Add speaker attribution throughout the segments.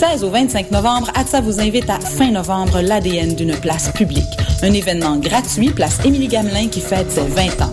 Speaker 1: 14 au 25 novembre, ATSA vous invite à fin novembre l'ADN d'une place publique. Un événement gratuit, place Émilie Gamelin qui fête ses 20 ans.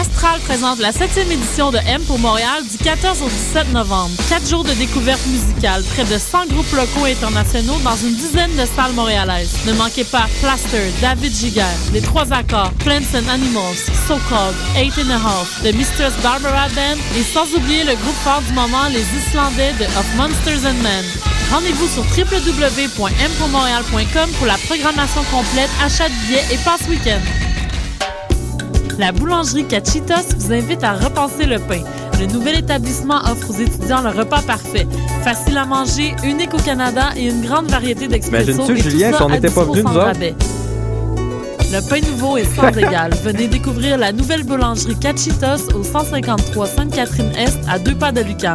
Speaker 2: Astral présente la 7e édition de M pour Montréal du 14 au 17 novembre. Quatre jours de découverte musicale, près de 100 groupes locaux et internationaux dans une dizaine de salles montréalaises. Ne manquez pas Plaster, David Giger, Les Trois Accords, Plants and Animals, So Called, Eight and a Half, The Mistress Barbara Band et sans oublier le groupe fort du moment, les Islandais de Of Monsters and Men. Rendez-vous sur www.mpourmontréal.com pour la programmation complète, achat de billets et passe week-end. La boulangerie Cachitos vous invite à repenser le pain. Le nouvel établissement offre aux étudiants le repas parfait. Facile à manger, unique au Canada et une grande variété d'expressions.
Speaker 3: Imagine-tu, Julien, si on n'était pas venus, nous autres?
Speaker 2: Le pain nouveau est sans égal. Venez découvrir la nouvelle boulangerie Cachitos au 153 Sainte-Catherine-Est à deux pas de Lucam.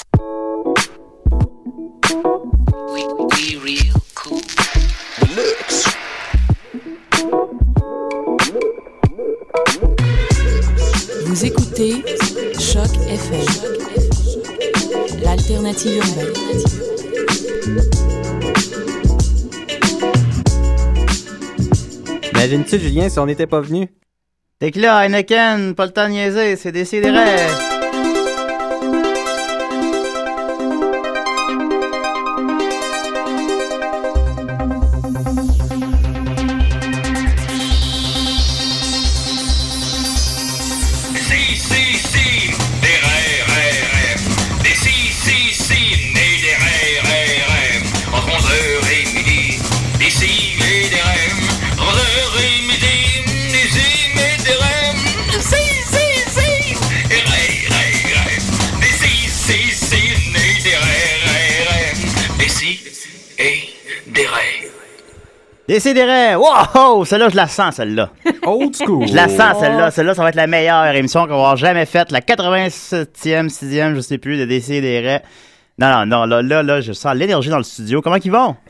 Speaker 4: Vous écoutez Choc FM, l'alternative urbaine.
Speaker 3: Imagine-tu, Julien, si on n'était pas venu?
Speaker 5: T'es que là, Heineken, pas le temps de niaiser, c'est décidé.
Speaker 6: Si, si, si, des RRRM. Des si, si, si, nés des RRRM. Entre 11h et midi, des si et des REM. Entre 11h et midi, des si et des REM. Si, si, si, des RRRM. Des si, si, si, nés des RRRM. Des si et des REM.
Speaker 5: Décidérez! Wow! Celle-là, je la sens, celle-là.
Speaker 3: Old school!
Speaker 5: Je la sens, celle-là. Ah,
Speaker 3: Oh.
Speaker 5: Celle-là, ça va être la meilleure émission qu'on va avoir jamais faite. La 87e, 6e, je sais plus, de Décidérez. Non, non, non, là, là, là, je sens l'énergie dans le studio. Comment qu'ils vont?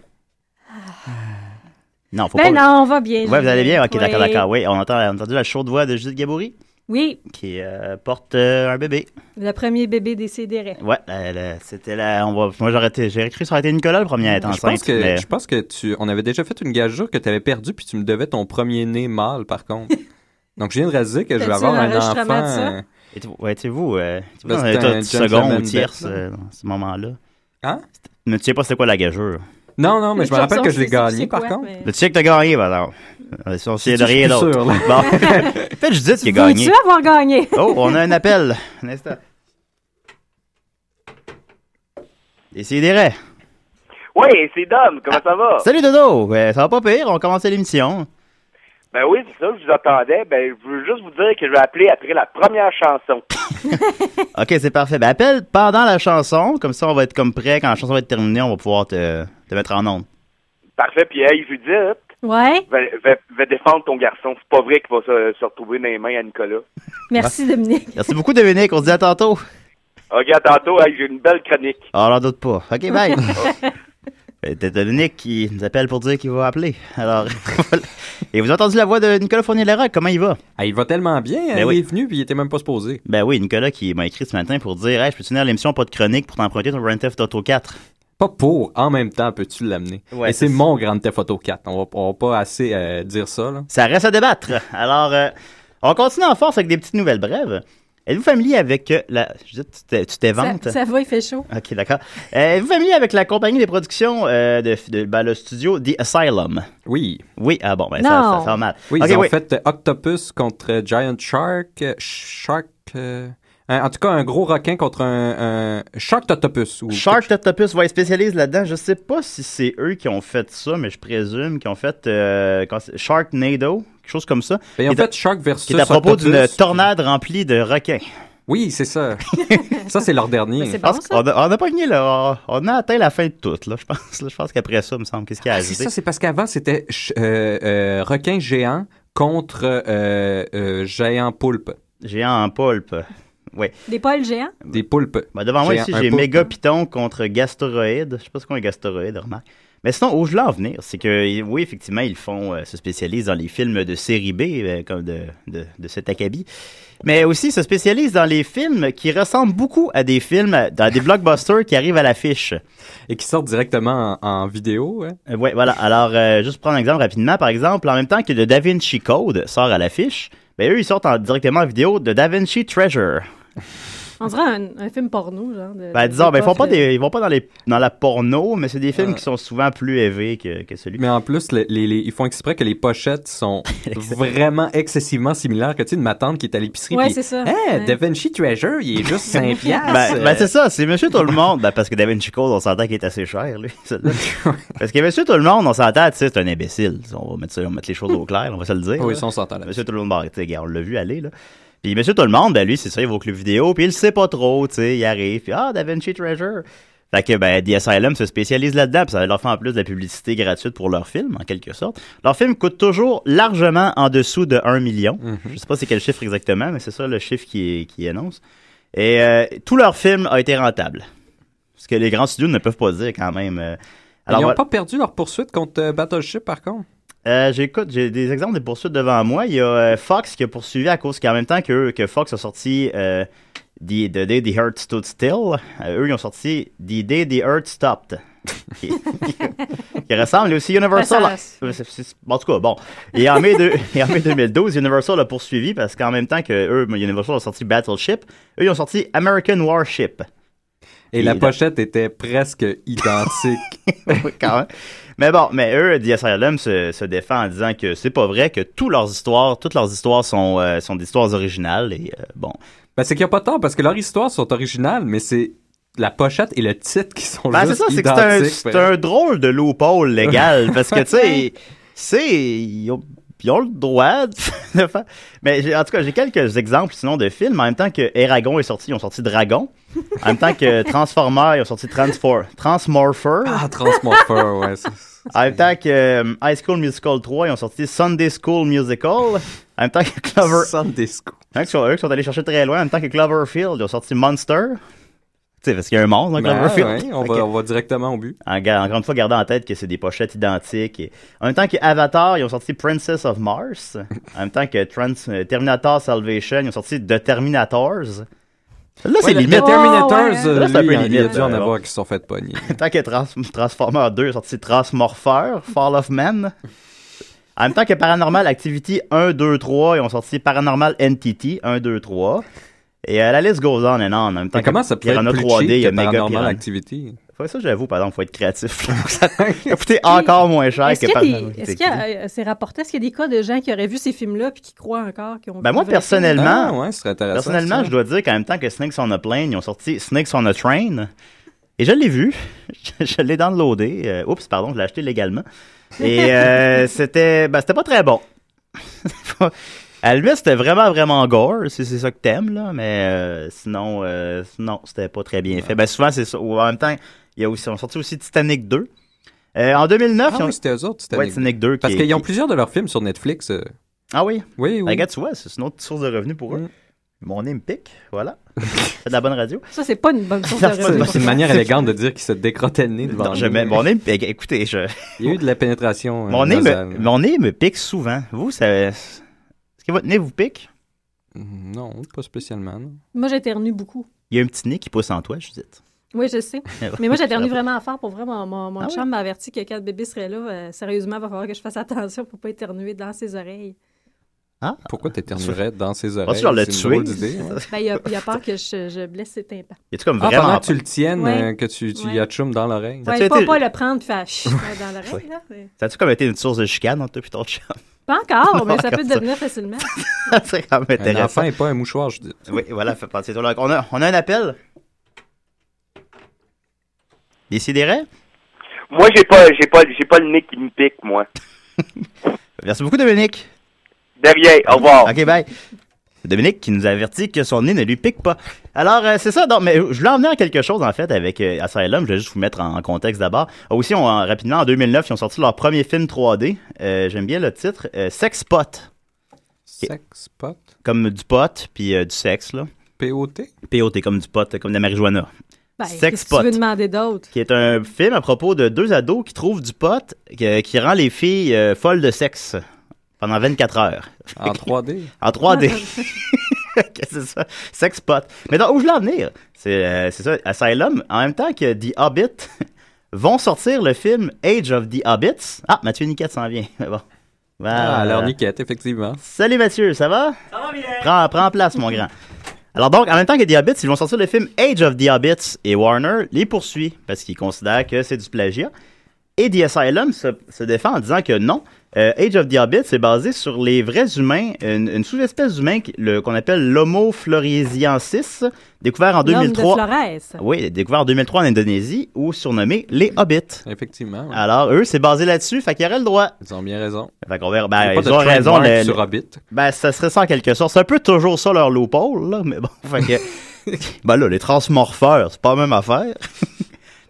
Speaker 5: Non, faut
Speaker 7: Ben
Speaker 5: pas.
Speaker 7: non, on va bien.
Speaker 5: Ouais, vous allez bien? Ok,
Speaker 7: Oui.
Speaker 5: d'accord, d'accord. Oui, on entend, on a entendu la chaude voix de Judith Gabory
Speaker 7: Oui,
Speaker 5: qui euh, porte euh, un bébé.
Speaker 7: le premier bébé décédé.
Speaker 5: Ouais, euh, là, c'était là. On va, moi, j'aurais été- j'aurais cru que ça aurait été Nicolas le premier à être
Speaker 3: Je pense
Speaker 5: enceinte.
Speaker 3: que,
Speaker 5: mais-
Speaker 3: je pense que tu, on avait déjà fait une gageure que tu avais perdu puis tu me devais ton premier né mâle, par contre. Donc, je viens de réaliser que je vais
Speaker 7: T'as-tu
Speaker 3: avoir
Speaker 7: un
Speaker 3: un
Speaker 7: enregistrement de
Speaker 3: enfant.
Speaker 7: ça?
Speaker 3: euh,
Speaker 5: Et tu- Ouais, tu sais, vous, euh, tu
Speaker 3: Ben,
Speaker 5: vois, on
Speaker 3: c'était
Speaker 5: était
Speaker 3: un
Speaker 5: un second ou
Speaker 3: gentleman
Speaker 5: tierce
Speaker 3: bet, là.
Speaker 5: euh, dans ce moment-là.
Speaker 3: Hein?
Speaker 5: C'était- Mais tu sais pas c'était quoi la gageure.
Speaker 3: Non, non, mais je me
Speaker 7: Genre,
Speaker 3: rappelle que
Speaker 7: on
Speaker 3: je l'ai
Speaker 7: sait pas c'est
Speaker 3: gagné, par
Speaker 7: quoi,
Speaker 3: contre.
Speaker 7: mais-
Speaker 5: Mais tu sais que t'as gagné, par exemple. Euh, Si on sait de
Speaker 3: Je suis
Speaker 5: rien
Speaker 3: plus
Speaker 5: d'autre.
Speaker 3: sûr, là.
Speaker 5: Bon. en fait, je dis qu'il a gagné.
Speaker 7: Veux-tu avoir gagné?
Speaker 5: Oh, on a un appel. Un instant. Décidérez.
Speaker 8: Oui, c'est Dom, comment ça va?
Speaker 5: Ah, Salut Dodo! Euh, ça va pas pire, on commençait l'émission.
Speaker 8: Ben oui, c'est ça, je vous attendais. Ben, je veux juste vous dire que je vais appeler après la première chanson.
Speaker 5: Ok, c'est parfait. Ben, appelle pendant la chanson, comme ça on va être comme prêt. Quand la chanson va être terminée, on va pouvoir te, te mettre en onde.
Speaker 8: Parfait, puis hey, Judith,
Speaker 7: Ouais.
Speaker 8: va, va, va défendre ton garçon. C'est pas vrai qu'il va se, se retrouver dans les mains à Nicolas.
Speaker 7: Merci, Dominique.
Speaker 5: Merci beaucoup Dominique, on se dit à tantôt.
Speaker 8: Ok, à tantôt, hey, j'ai une belle chronique.
Speaker 5: Ah, on n'en doute pas. OK, bye. Euh, T'as Dominique qui nous appelle pour dire qu'il va appeler. Alors, voilà. Et vous avez entendu la voix de Nicolas fournier lérac Comment il va?
Speaker 3: Ah, il va tellement bien. hein, il
Speaker 5: Ben oui.
Speaker 3: est venu puis il était même pas supposé.
Speaker 5: Ben oui, Nicolas qui m'a écrit ce matin pour dire Hey, je peux tenir l'émission pas de chronique pour t'emprunter ton Grand Theft Auto 4.
Speaker 3: Pas pour. En même temps, peux-tu l'amener?
Speaker 5: Ouais,
Speaker 3: Et c'est
Speaker 5: c'est-
Speaker 3: mon grand Theft Auto 4. On va, on va pas assez euh, dire ça, là.
Speaker 5: Ça reste à débattre. Alors, euh, on continue en force avec des petites nouvelles brèves. Êtes-vous familier avec euh, la. Je dis, tu t'es- tu t'éventes?
Speaker 7: Ça, ça va, il fait chaud.
Speaker 5: Ok, d'accord. Euh, Êtes-vous familier avec la compagnie des productions euh, de, de- ben, le studio The Asylum?
Speaker 3: Oui.
Speaker 5: Oui, ah bon, ben, ça,
Speaker 7: Non.
Speaker 5: ça fait mal.
Speaker 3: Oui,
Speaker 5: Ok,
Speaker 3: ils ont
Speaker 5: oui.
Speaker 3: fait euh, Octopus contre euh, Giant Shark. euh, Shark. euh, un- en tout cas, un gros requin contre un. un shark Octopus. Ou
Speaker 5: Shark Octopus, ouais, ils spécialisent là-dedans. Je sais pas si c'est eux qui ont fait ça, mais je présume qu'ils ont fait euh, quand c'est- Sharknado, quelque chose comme ça.
Speaker 3: Ben, ils ont
Speaker 5: Qui est à-
Speaker 3: fait Shark versus
Speaker 5: Qui est à propos
Speaker 3: Octopus.
Speaker 5: d'une tornade remplie de requins.
Speaker 3: Oui, c'est ça. ça, c'est leur dernier.
Speaker 7: Mais c'est bon.
Speaker 5: Parce qu'on a, on a pogné, là, on on a atteint la fin de tout, là, je pense. là. je pense qu'après ça, il me semble, qu'est-ce qu'il y a
Speaker 3: Ah, c'est
Speaker 5: ajouté?
Speaker 3: ça, c'est parce qu'avant, c'était ch- euh, euh, requin géant contre euh, euh, géant poulpe.
Speaker 5: Géant en poulpe. Oui.
Speaker 7: Des pôles géants?
Speaker 3: Des poulpes.
Speaker 5: Ben, devant moi,
Speaker 3: Géant,
Speaker 5: ici,
Speaker 3: un
Speaker 5: j'ai
Speaker 3: poulpe.
Speaker 5: méga python contre gastoroïde. Je sais pas ce qu'on est gastoroïde, remarque. Mais sinon, où je voulais en venir, c'est que, oui, effectivement, ils font, euh, se spécialisent dans les films de série B, euh, comme de, de, de cet acabit. Mais aussi, ils se spécialisent dans les films qui ressemblent beaucoup à des films, euh, dans des blockbusters qui arrivent à l'affiche.
Speaker 3: Et qui sortent directement en, en vidéo. hein.
Speaker 5: Euh, Ouais, voilà. Alors, euh, juste prendre un exemple rapidement. Par exemple, en même temps que le Da Vinci Code sort à l'affiche, ben eux, ils sortent en- directement en vidéo de Da Vinci Treasure.
Speaker 7: On dirait un, un film porno, genre. De,
Speaker 5: Ben,
Speaker 7: de-
Speaker 5: disons, ben, ils font pas
Speaker 7: de-
Speaker 5: des, ils vont pas dans les, dans la porno, mais c'est des films qui sont souvent plus élevés que, que celui.
Speaker 3: Mais en plus, les- les- les- ils font exprès que les pochettes sont vraiment excessivement similaires que tu sais, de ma tante qui est à l'épicerie.
Speaker 7: Ouais,
Speaker 3: puis,
Speaker 7: c'est ça.
Speaker 3: Hey,
Speaker 7: Ouais.
Speaker 3: Da Vinci Treasure, il est juste 5 piastres.
Speaker 5: Ben, ben, c'est ça, c'est Monsieur Tout-le-Monde. Ben, parce que Da Vinci Code, on s'entend qu'il est assez cher, lui, celui-là. Parce que Monsieur Tout-le-Monde, on s'entend, tu sais, c'est un imbécile. On va mettre, ça- on va mettre les choses au clair, on va se le dire.
Speaker 3: Oui,
Speaker 5: là.
Speaker 3: ça, on s'entend là.
Speaker 5: Monsieur tout le monde, bah, tu sais, regarde, on l'a vu aller, là. Puis Monsieur tout le monde, ben lui, c'est ça, il va au club vidéo, puis il le sait pas trop, tu sais, il arrive, puis ah, Da Vinci Treasure. Fait que, ben, The Asylum se spécialise là-dedans, puis ça leur fait en plus de la publicité gratuite pour leur film, en quelque sorte. Leur film coûte toujours largement en dessous de 1 million. Je sais pas c'est quel chiffre exactement, mais c'est ça le chiffre qui, qui annonce. Et euh, tout leur film a été rentable. Ce que les grands studios ne peuvent pas dire quand même. Euh,
Speaker 3: ils n'ont
Speaker 5: voilà.
Speaker 3: pas perdu leur poursuite contre euh, Battleship, par contre.
Speaker 5: Euh, J'écoute, j'ai des exemples de poursuites devant moi. Il y a euh, Fox qui a poursuivi à cause qu'en même temps que, que Fox a sorti euh, The, The Day the Earth Stood Still, euh, eux ils ont sorti The Day the Earth Stopped. qui, qui ressemble Il y a aussi Universal.
Speaker 7: Ben, ça-
Speaker 5: Euh, c'est- c'est- en tout cas, bon. Et en, mai deux- et en mai 2012, Universal a poursuivi parce qu'en même temps que eux, Universal a sorti Battleship, eux ils ont sorti American Warship.
Speaker 3: Et la
Speaker 5: Et-
Speaker 3: pochette était presque identique.
Speaker 5: Oui, quand même. Mais bon, mais eux, The Asylum se, se défend en disant que c'est pas vrai, que toutes leurs histoires, toutes leurs histoires sont, euh, sont des histoires originales et euh, bon.
Speaker 3: ben, c'est qu'il n'y a pas tort, parce que leurs histoires sont originales, mais c'est la pochette et le titre qui sont
Speaker 5: Ben, c'est
Speaker 3: juste ben.
Speaker 5: ça, c'est que c'est un,
Speaker 3: identiques.
Speaker 5: c'est un drôle de loophole légal parce que tu sais, c'est ils ont, ils ont le droit de faire. Mais j'ai- en tout cas, j'ai quelques exemples sinon de films. En même temps que Eragon est sorti, ils ont sorti Dragon. En même temps que Transformers, ils ont sorti Transfor Transmorpher.
Speaker 3: Ah, Transmorpher, ouais. c'est-
Speaker 5: En même temps que euh, High School Musical 3, ils ont sorti Sunday School Musical. En même temps que Clover.
Speaker 3: Sunday School.
Speaker 5: Hein, qui sont, eux qui sont allés chercher très loin. En même temps que Cloverfield, ils ont sorti Monster. Tu sais, parce qu'il y a un monstre dans
Speaker 3: Ben,
Speaker 5: Cloverfield.
Speaker 3: ouais, on,
Speaker 5: Fait que-
Speaker 3: va, on va directement au but.
Speaker 5: en ga- encore une fois, gardant en tête que c'est des pochettes identiques. Et- En même temps que Avatar, ils ont sorti Princess of Mars. En même temps que Trans- euh, Terminator Salvation, ils ont sorti The Terminators. Là, c'est
Speaker 3: Ouais, le- le
Speaker 5: limite.
Speaker 3: Terminators,
Speaker 7: Oh, ouais.
Speaker 3: euh,
Speaker 5: Là, c'est un
Speaker 3: lui,
Speaker 5: peu
Speaker 3: il y a
Speaker 5: limite,
Speaker 3: dû en
Speaker 5: euh,
Speaker 3: avoir qui se sont fait pogner.
Speaker 5: En même temps que Trans- Transformers 2, ils ont sorti Transmorpher, Fall of Man. En même temps que Paranormal Activity 1, 2, 3, ils ont sorti Paranormal Entity 1, 2, 3. Et euh, la liste goes on and on. En même temps
Speaker 3: Mais comment ça peut être
Speaker 5: Piranha
Speaker 3: plus
Speaker 5: 3D, il y
Speaker 3: cheap
Speaker 5: a
Speaker 3: que
Speaker 5: Mega
Speaker 3: Paranormal
Speaker 5: Piranha.
Speaker 3: Activity?
Speaker 5: Ouais, ça, j'avoue, par exemple, faut être créatif. ça va coûter encore moins cher que
Speaker 7: Est-ce qu'il y a des-
Speaker 5: Paranormal
Speaker 7: est-ce qu'il y a, euh, c'est rapporté, est-ce qu'il y a des cas de gens qui auraient vu ces films-là puis qui croient encore qu'ils ont
Speaker 5: Ben, moi,
Speaker 7: qu'ils ont fait ça?
Speaker 5: personnellement,
Speaker 3: Ah, ouais, ce serait intéressant.
Speaker 5: Personnellement,
Speaker 3: ça.
Speaker 5: je dois dire qu'en même temps que Snakes on a Plane, ils ont sorti Snakes on a Train. Et je l'ai vu. Je, je l'ai downloadé. Euh, oups, pardon, je l'ai acheté légalement. Et euh, c'était ben, c'était pas très bon. à lui, c'était vraiment, vraiment gore, si c'est ça que t'aimes, là. Mais euh, sinon, euh, non, c'était pas très bien fait. Ben, souvent, c'est ça. Ou En même temps, il y a aussi, on a sorti aussi Titanic 2. Euh, en 2009,
Speaker 3: Ah
Speaker 5: ils ont...
Speaker 3: oui, c'était eux autres,
Speaker 5: Ouais,
Speaker 3: Titanic.
Speaker 5: Titanic 2.
Speaker 3: Parce
Speaker 5: qui-
Speaker 3: qu'ils ont
Speaker 5: qui-
Speaker 3: plusieurs de leurs films sur Netflix. euh.
Speaker 5: Ah oui?
Speaker 3: Oui, oui.
Speaker 5: Regarde, tu vois, c'est une autre source de revenus pour eux.
Speaker 3: Mm.
Speaker 5: Mon nez me pique, voilà. c'est de la bonne radio.
Speaker 7: Ça, c'est pas une bonne source de
Speaker 5: Ça, c'est
Speaker 7: revenus.
Speaker 3: C'est une manière élégante de dire qu'ils se décrottaient le nez devant
Speaker 5: Non, je
Speaker 3: nous.
Speaker 5: mets- mon nez me pique. Écoutez, je-
Speaker 3: Il y a eu de la pénétration. euh,
Speaker 5: mon, nez me,
Speaker 3: nasale.
Speaker 5: mon nez me pique souvent. Vous, ça... est-ce que votre nez vous pique?
Speaker 3: Mm, Non, pas spécialement. non.
Speaker 7: Moi, j'éternue beaucoup.
Speaker 5: Il y a un petit nez qui pousse en toi, je dis.
Speaker 7: Oui, je sais. Mais moi, j'éternue vraiment fort pour vrai. Mon, mon, mon
Speaker 5: Ah ouais?
Speaker 7: chum m'a averti que quand le bébé serait là, euh, sérieusement, il va falloir que je fasse attention pour pas éternuer dans ses oreilles.
Speaker 3: Pourquoi t'éternuerais dans ses oreilles?
Speaker 5: Ah. Vas-tu genre le
Speaker 3: C'est une
Speaker 5: tuer?
Speaker 3: drôle d'idée, ouais.
Speaker 7: Ben, il, a, il a peur que je, je blesse ses tympans.
Speaker 5: Y a-tu comme
Speaker 3: Ah,
Speaker 5: vraiment
Speaker 3: pendant
Speaker 5: peur?
Speaker 3: que tu le tiennes,
Speaker 7: Ouais.
Speaker 3: euh, que tu, tu
Speaker 7: Ouais.
Speaker 3: y atchumes dans l'oreille?
Speaker 7: Ouais, Ben, pas, pas le prendre et faire chut dans l'oreille. là, mais-
Speaker 5: Ça a-tu comme été une source de chicane entre toi et ton chum?
Speaker 7: Pas encore,
Speaker 5: Pas
Speaker 7: mais ça peut
Speaker 5: encore, ça.
Speaker 7: devenir facilement.
Speaker 5: Ça serait quand même intéressant.
Speaker 3: enfant et pas un mouchoir, je dis.
Speaker 5: Oui, voilà, fait penser. Donc, on, a, on a un appel? Décidérez?
Speaker 8: Moi, j'ai pas, j'ai pas, j'ai pas le nez qui me pique, moi.
Speaker 5: Merci beaucoup, Dominique.
Speaker 8: Derrière, au revoir.
Speaker 5: OK, bye. C'est Dominique qui nous avertit que son nez ne lui pique pas. Alors, euh, c'est ça. Donc, mais je voulais en venir à quelque chose, en fait, avec euh, Asylum. Je vais juste vous mettre en contexte d'abord. Ah, Aussi, on, en- rapidement, en 2009, ils ont sorti leur premier film 3D. Euh, J'aime bien le titre. euh, Sex Pot.
Speaker 3: Sex, pot,
Speaker 5: Comme du pot, puis euh, du sexe, là.
Speaker 3: POT?
Speaker 5: POT, comme du pot, comme de la marijuana.
Speaker 7: Ben,
Speaker 5: Sex
Speaker 7: qu'est-ce que
Speaker 5: pot.
Speaker 7: tu veux demander d'autre?
Speaker 5: qui est un film à propos de deux ados qui trouvent du pot qui, qui rend les filles euh, folles de sexe pendant 24 heures.
Speaker 3: En 3D?
Speaker 5: En 3D. Que c'est ça? Sex pot. Mais donc, où je voulais en venir? C'est euh, c'est ça, Asylum, en même temps que The Hobbit vont sortir le film Age of the Hobbits. Ah, Mathieu Niquette s'en vient. Mais bon. Voilà.
Speaker 3: Ah,
Speaker 9: euh,
Speaker 3: alors niquette, effectivement.
Speaker 5: Salut Mathieu, ça va? Ça va bien. Prends, prends place, mon grand. Alors donc, en même temps que The Hobbits, ils vont sortir le film Age of the Hobbits et Warner les poursuit parce qu'ils considèrent que c'est du plagiat. Et The Asylum se, se défend en disant que non, euh, Age of the Hobbits c'est basé sur les vrais humains, une, une sous-espèce d'humain qui- le- qu'on appelle l'Homo floresiensis, découvert en
Speaker 7: L'homme de
Speaker 5: 2003.
Speaker 7: Flores.
Speaker 5: Oui, découvert en 2003 en Indonésie ou surnommé les Hobbits.
Speaker 3: Effectivement,
Speaker 9: ah.
Speaker 3: ouais.
Speaker 5: Alors eux, c'est basé là-dessus, fait qu'ils auraient le droit.
Speaker 3: Ils ont bien raison.
Speaker 5: Fait qu'on verra.
Speaker 9: Ah,
Speaker 5: Ben,
Speaker 3: Il y a pas
Speaker 5: ils
Speaker 3: de
Speaker 5: ont raison.
Speaker 3: trademark
Speaker 5: le-
Speaker 3: sur Hobbit.
Speaker 5: ben, ça serait ça en quelque sorte. C'est un peu toujours ça leur loophole, là, mais bon. Fait que, ben là, les transmorpheurs, c'est pas la même affaire.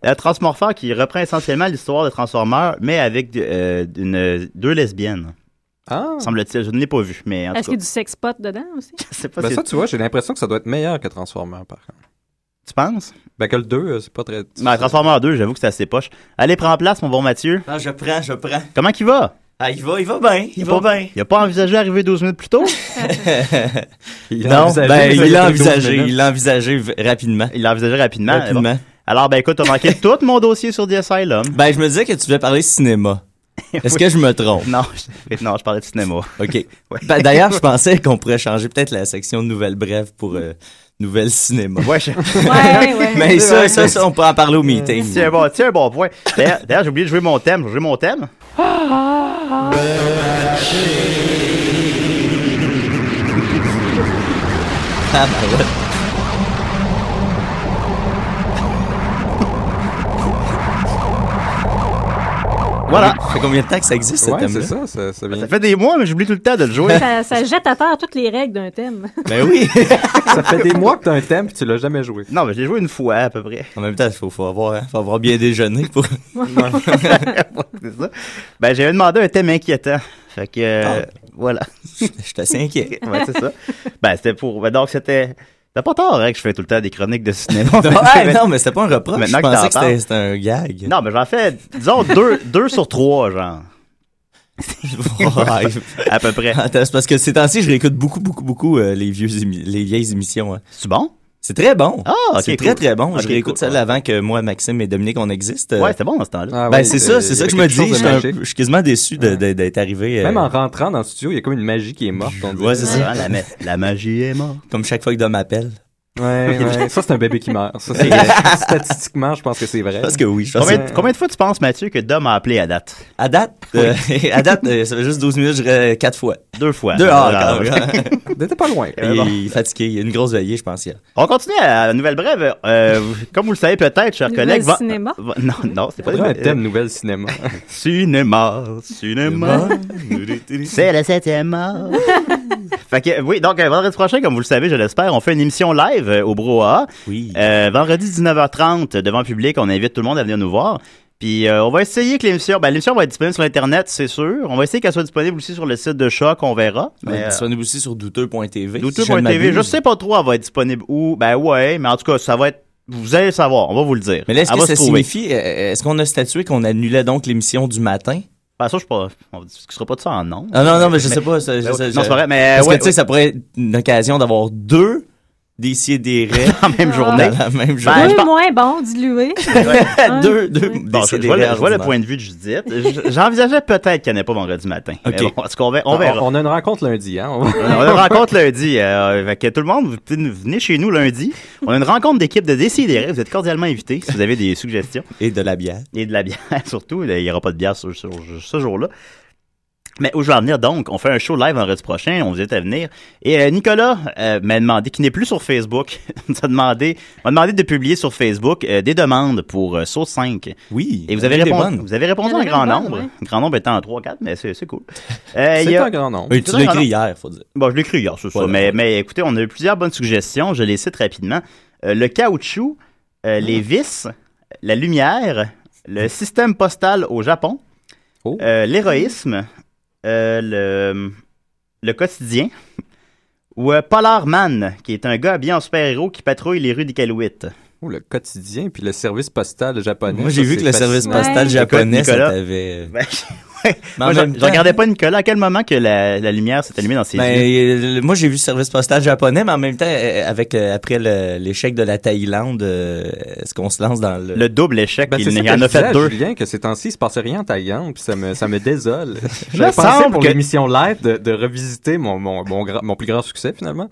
Speaker 5: Le transmorpheur qui reprend essentiellement l'histoire des transformeurs, mais avec euh, une- deux lesbiennes.
Speaker 3: Ah!
Speaker 5: Semble-t-il, je ne l'ai pas vu, mais en
Speaker 7: Est-ce
Speaker 5: tout
Speaker 7: qu'il y
Speaker 5: cas,
Speaker 7: a du sex pot dedans aussi?
Speaker 5: je sais pas
Speaker 3: Ben
Speaker 5: si
Speaker 3: ça, tu vois, j'ai l'impression que ça doit être meilleur que Transformers, par contre.
Speaker 5: tu penses.
Speaker 3: Ben que le 2, euh, c'est pas très...
Speaker 5: Ben, Transformers 2, j'avoue que c'est assez poche. Allez, prends place, mon bon Mathieu.
Speaker 3: Ah.
Speaker 9: Non, Ah, je prends, je prends.
Speaker 5: Comment qu'il va?
Speaker 9: Ah, il va, il va bien, il va bien.
Speaker 5: Il a pas envisagé d'arriver 12 minutes plus tôt?
Speaker 3: Il a
Speaker 9: Non,
Speaker 3: envisagé-
Speaker 9: ben, il l'a
Speaker 3: fait douze
Speaker 9: envisagé,
Speaker 3: minutes.
Speaker 9: il l'a envisagé v- rapidement.
Speaker 5: Il l'a envisagé rapidement.
Speaker 9: Rapidement.
Speaker 5: Bon. Alors, ben écoute, on manqué tout mon dossier sur The Asylum.
Speaker 9: Ben, je me disais que tu devais parler cinéma. Est-ce que je me trompe?
Speaker 5: Non, je, non, je parlais de cinéma.
Speaker 9: OK.
Speaker 5: Ouais.
Speaker 9: Ben, D'ailleurs, je pensais qu'on pourrait changer peut-être la section nouvelles brèves pour euh, nouvelles cinéma.
Speaker 5: Ouais, je-
Speaker 7: Ouais, ouais.
Speaker 9: Mais ça, ça, ça, on peut en parler au meeting.
Speaker 5: C'est un bon, c'est un bon point. D'ailleurs, d'ailleurs, j'ai oublié de jouer mon thème. Je vais jouer mon thème.
Speaker 9: Ah, ben ouais.
Speaker 5: Voilà.
Speaker 9: Ça fait combien de temps que ça existe, ce
Speaker 3: Ouais,
Speaker 9: thème-là?
Speaker 3: c'est ça, ça, ça vient...
Speaker 5: Ça fait des mois, mais j'oublie tout le temps de le jouer.
Speaker 7: Ça, ça jette à terre toutes les règles d'un thème.
Speaker 9: Ben oui!
Speaker 3: ça fait des mois que t'as un thème puis tu l'as jamais joué.
Speaker 5: Non, mais je l'ai joué une fois à peu près.
Speaker 9: en même temps, il faut, faut, avoir, hein, faut avoir bien déjeuné pour...
Speaker 5: C'est ça. Ben, j'avais demandé un thème inquiétant. Fait que euh, voilà.
Speaker 9: Ah. Je suis assez inquiet.
Speaker 5: Ouais, c'est ça. Ben, c'était pour. ben, donc, c'était. C'est pas tard hein, que je fais tout le temps des chroniques de cinéma.
Speaker 9: Non, hey, non, mais c'était pas un reproche.
Speaker 5: Maintenant
Speaker 9: je
Speaker 5: que t'en
Speaker 9: pensais que
Speaker 5: parles.
Speaker 9: c'était- c'était un gag.
Speaker 5: Non, mais j'en fais, disons, deux, deux sur trois, genre.
Speaker 9: Ouais.
Speaker 5: À peu près.
Speaker 9: Attends, c'est parce que ces temps-ci, je réécoute beaucoup, beaucoup, beaucoup euh, les, vieux émi- les vieilles émissions. hein.
Speaker 5: C'est bon?
Speaker 9: C'est très bon.
Speaker 5: Ah, ok,
Speaker 9: C'est
Speaker 5: cool.
Speaker 9: très, très bon.
Speaker 5: Ok,
Speaker 9: je réécoute
Speaker 5: cool,
Speaker 9: celle
Speaker 5: ouais.
Speaker 9: avant que moi, Maxime et Dominique, on existe. euh,
Speaker 5: Ouais, c'était bon dans ce temps-là.
Speaker 3: Ah
Speaker 9: ben,
Speaker 3: ouais,
Speaker 9: c'est
Speaker 3: euh,
Speaker 9: ça,
Speaker 3: il y
Speaker 9: c'est ça
Speaker 3: avait
Speaker 9: que je me
Speaker 3: quelque chose de
Speaker 9: dis. Je suis un-
Speaker 3: magique.
Speaker 9: je suis quasiment déçu de- de- d'être arrivé. euh,
Speaker 3: Même en rentrant dans le studio, il y a comme une magie qui est morte. On dit.
Speaker 9: Ouais, c'est ça.
Speaker 5: Ah, la, ma- la magie est morte.
Speaker 9: Comme chaque fois que Dom m'appelle.
Speaker 3: Ouais, ouais. ça, c'est un bébé qui meurt. Ça, c'est- statistiquement, je pense que c'est vrai.
Speaker 9: Parce que oui, je pense
Speaker 5: Combien,
Speaker 9: que-
Speaker 5: combien de fois tu penses, Mathieu, que Dom a appelé à date?
Speaker 9: À date, euh, à date euh, ça fait juste 12 minutes, je dirais 4 fois.
Speaker 5: Deux fois.
Speaker 9: Deux heures,
Speaker 5: Alors,
Speaker 9: quand même.
Speaker 3: T'étais pas loin.
Speaker 9: Il est fatigué, il y a une grosse veillée, je pense. hier.
Speaker 5: On continue à la nouvelle brève. Euh, vous- comme vous le savez peut-être, chers
Speaker 7: Nouvelle
Speaker 5: collègues. va-
Speaker 7: cinéma?
Speaker 5: va- non, non, c'est pas
Speaker 3: Faudrait un thème nouvelle cinéma.
Speaker 5: Euh, cinéma, cinéma. c'est le septième art. fait que, oui, donc euh, vendredi prochain, comme vous le savez, je l'espère, on fait une émission live euh, au Broa.
Speaker 9: Oui.
Speaker 5: Euh, vendredi 19h30, devant le public, on invite tout le monde à venir nous voir. Puis euh, on va essayer que l'émission, ben, l'émission va être disponible sur Internet, c'est sûr. On va essayer qu'elle soit disponible aussi sur le site de Choc, on verra.
Speaker 9: On est
Speaker 5: Mais, euh,
Speaker 9: disponible aussi sur douteux.tv. Ben, si je ne
Speaker 5: Douteux.tv, je
Speaker 9: m'abuse.
Speaker 5: sais pas trop, elle va être disponible où. Ben ouais, mais en tout cas, ça va être. Vous allez le savoir, on va vous le dire.
Speaker 9: Mais là, est-ce
Speaker 5: Elle
Speaker 9: que
Speaker 5: va
Speaker 9: ça
Speaker 5: se trouver.
Speaker 9: signifie, euh, est-ce qu'on a statué qu'on annulait donc l'émission du matin?
Speaker 5: Ben, ça, je sais pas. On discutera pas de ça en nom.
Speaker 9: Ah non, non, mais je sais pas. ça- je-
Speaker 5: Ben,
Speaker 9: ça-
Speaker 5: non,
Speaker 9: je-
Speaker 5: c'est pas vrai, mais.
Speaker 9: Parce que,
Speaker 5: ouais,
Speaker 9: tu sais, ça pourrait être une occasion d'avoir deux d'ici des rêves.
Speaker 5: Dans la même
Speaker 7: journée.
Speaker 9: Dans la même
Speaker 5: Ben,
Speaker 7: Deux
Speaker 9: journée.
Speaker 7: moins bon, dilué. Hein?
Speaker 9: deux, deux.
Speaker 5: Bon, je, je vois le, je vois le point de vue de Judith. Je- J'envisageais peut-être qu'elle n'est pas vendredi matin. Mais
Speaker 3: Ok.
Speaker 5: bon, est-ce qu'on ver- on
Speaker 3: On-
Speaker 5: verra?
Speaker 3: on a une rencontre lundi, hein? On-
Speaker 5: On a une rencontre lundi. euh, fait que tout le monde, vous pouvez nous- venez chez nous lundi. On a une rencontre d'équipe de Décidérés. Vous êtes cordialement invités si vous avez des suggestions.
Speaker 9: Et de la bière.
Speaker 5: Et de la bière, surtout. Il n'y aura pas de bière sur, sur- sur ce jour-là. Mais où je vais en venir, donc, on fait un show live vendredi prochain, on vous invite à venir. Et euh, Nicolas euh, m'a demandé, qui n'est plus sur Facebook, nous a demandé, m'a demandé de publier sur Facebook euh, des demandes pour euh, Sauce 5.
Speaker 9: Oui.
Speaker 5: Et vous avez,
Speaker 9: il y en a des
Speaker 5: répondu,
Speaker 9: bonnes.
Speaker 5: vous avez répondu
Speaker 9: Il y en
Speaker 5: en
Speaker 9: a des
Speaker 5: grand
Speaker 9: bonnes,
Speaker 5: nombre.
Speaker 9: ouais.
Speaker 5: Le grand nombre étant en 3-4, mais c'est c'est cool. Euh,
Speaker 9: C'est
Speaker 5: il y a-
Speaker 9: un grand nombre. Oui, tu l'as écrit hier, faut dire.
Speaker 5: Bon, je l'ai écrit hier, c'est ça.
Speaker 9: Voilà.
Speaker 5: Mais, mais écoutez, on a eu plusieurs bonnes suggestions. Je les cite rapidement. Euh, le caoutchouc, euh,
Speaker 3: Ah.
Speaker 5: les vis, la lumière, le système postal au Japon,
Speaker 3: Oh.
Speaker 5: euh, l'héroïsme, euh, le, le quotidien, ou euh, Polar Man, qui est un gars bien en super-héros qui patrouille les rues d'Iqaluit.
Speaker 3: Oh, le quotidien, puis le service postal japonais.
Speaker 9: Moi, j'ai
Speaker 3: ça,
Speaker 9: vu
Speaker 3: c'est
Speaker 9: que le service
Speaker 3: fascinant.
Speaker 9: postal japonais, ça t'avait-
Speaker 5: Ben, ouais.
Speaker 9: Mais en
Speaker 5: Moi, je,
Speaker 9: même
Speaker 5: je
Speaker 9: temps-
Speaker 5: regardais pas Nicolas. À quel moment que la, la lumière s'est allumée dans ses yeux?
Speaker 9: Ben, euh, moi, j'ai vu le service postal japonais, mais en même temps, euh, avec euh, après le- l'échec de la Thaïlande, euh, est-ce qu'on se lance dans le...
Speaker 5: Le double échec,
Speaker 3: Ben, c'est
Speaker 9: il
Speaker 3: ça
Speaker 9: y
Speaker 3: que
Speaker 9: en
Speaker 3: je
Speaker 9: a fait
Speaker 3: disais à
Speaker 9: deux.
Speaker 3: Julien que ces temps-ci, il se passait rien en Thaïlande, puis ça me, ça me désole.
Speaker 5: Me
Speaker 3: J'avais pensé
Speaker 5: semble
Speaker 3: pour
Speaker 5: que-
Speaker 3: l'émission live de, de revisiter mon, mon, mon, gra- mon plus grand succès, finalement.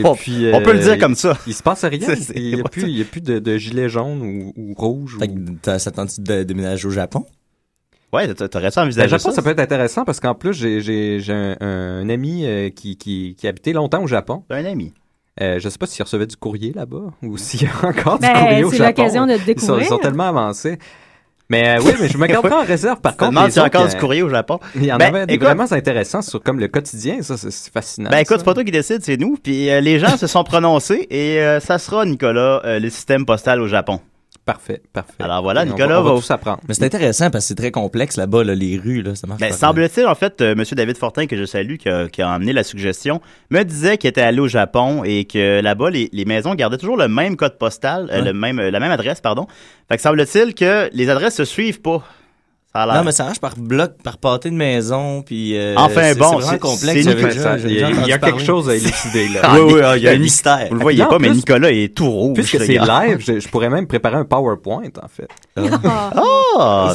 Speaker 3: Et
Speaker 5: On-
Speaker 3: puis, euh,
Speaker 5: on peut le dire comme ça.
Speaker 3: Il, il se passe rien.
Speaker 5: C'est- c'est-
Speaker 3: Il n'y a, plus- il y a plus de, de gilets jaunes ou, ou rouges.
Speaker 9: Fait que t'as- ça tente de déménager au Japon?
Speaker 5: Ouais, t'aurais-tu
Speaker 3: Ben,
Speaker 5: envisagé
Speaker 3: Japon,
Speaker 5: ça?
Speaker 3: ça peut être intéressant parce qu'en plus, j'ai- j'ai j'ai un, un ami euh, qui, qui, qui habitait longtemps au Japon.
Speaker 5: Un ami.
Speaker 3: Euh, je sais pas s'il recevait du courrier là-bas ou s'il y a encore
Speaker 7: Ben,
Speaker 3: du courrier au
Speaker 7: c'est
Speaker 3: Japon.
Speaker 7: l'occasion de le
Speaker 3: Ils sont- Ils
Speaker 7: découvrir.
Speaker 3: sont, tellement avancés. Mais euh, oui, mais je me garderai en réserve par
Speaker 5: Je me
Speaker 3: contre.
Speaker 5: demande
Speaker 3: les
Speaker 5: s'il y a
Speaker 3: autres,
Speaker 5: encore du
Speaker 3: euh,
Speaker 5: courrier au Japon.
Speaker 3: Il y en
Speaker 5: Ben,
Speaker 3: avait des
Speaker 5: écoute-
Speaker 3: vraiment intéressants sur comme le quotidien, ça, c'est c'est fascinant.
Speaker 5: Ben écoute,
Speaker 3: Ah, ça.
Speaker 5: c'est pas toi qui décide, c'est nous. Puis euh, les gens se sont prononcés et euh, ça sera, Nicolas, euh, le système postal au Japon.
Speaker 3: Parfait, parfait.
Speaker 5: Alors voilà,
Speaker 3: Et on
Speaker 5: Nicolas
Speaker 3: va- on va
Speaker 5: va-
Speaker 3: tous apprendre.
Speaker 9: Mais c'est intéressant parce que c'est très complexe là-bas, là, les rues, là, ça marche
Speaker 5: Ben,
Speaker 9: pas.
Speaker 5: semble-t-il, en fait, euh, Monsieur M. David Fortin, que je salue, qui a, qui a emmené la suggestion, me disait qu'il était allé au Japon et que là-bas, les, les maisons gardaient toujours le même code postal, euh,
Speaker 9: Ouais.
Speaker 5: le même, euh, la même adresse, pardon. Fait que semble-t-il que les adresses se suivent pas. Ça a l'air.
Speaker 9: Non, mais ça marche par bloc, par pâté de maison, puis... euh,
Speaker 5: Enfin
Speaker 9: c'est-
Speaker 5: bon,
Speaker 9: c'est
Speaker 5: c'est-
Speaker 9: vraiment complexe.
Speaker 5: c'est
Speaker 9: j'avais
Speaker 5: nickel,
Speaker 9: déjà-
Speaker 5: ça.
Speaker 9: j'avais
Speaker 5: Il y a-
Speaker 9: déjà
Speaker 5: il y a
Speaker 9: entendu
Speaker 5: quelque
Speaker 9: parler.
Speaker 3: chose à élucider, là.
Speaker 5: Ah,
Speaker 9: oui, oui,
Speaker 5: mais-
Speaker 9: il y a un mystère.
Speaker 5: Vous le voyez
Speaker 3: Non,
Speaker 5: pas, mais
Speaker 3: plus-
Speaker 5: Nicolas est tout rouge.
Speaker 3: Puisque
Speaker 5: là,
Speaker 3: c'est
Speaker 5: il a-
Speaker 3: live, je, je pourrais même préparer un PowerPoint, en fait.
Speaker 5: Ah,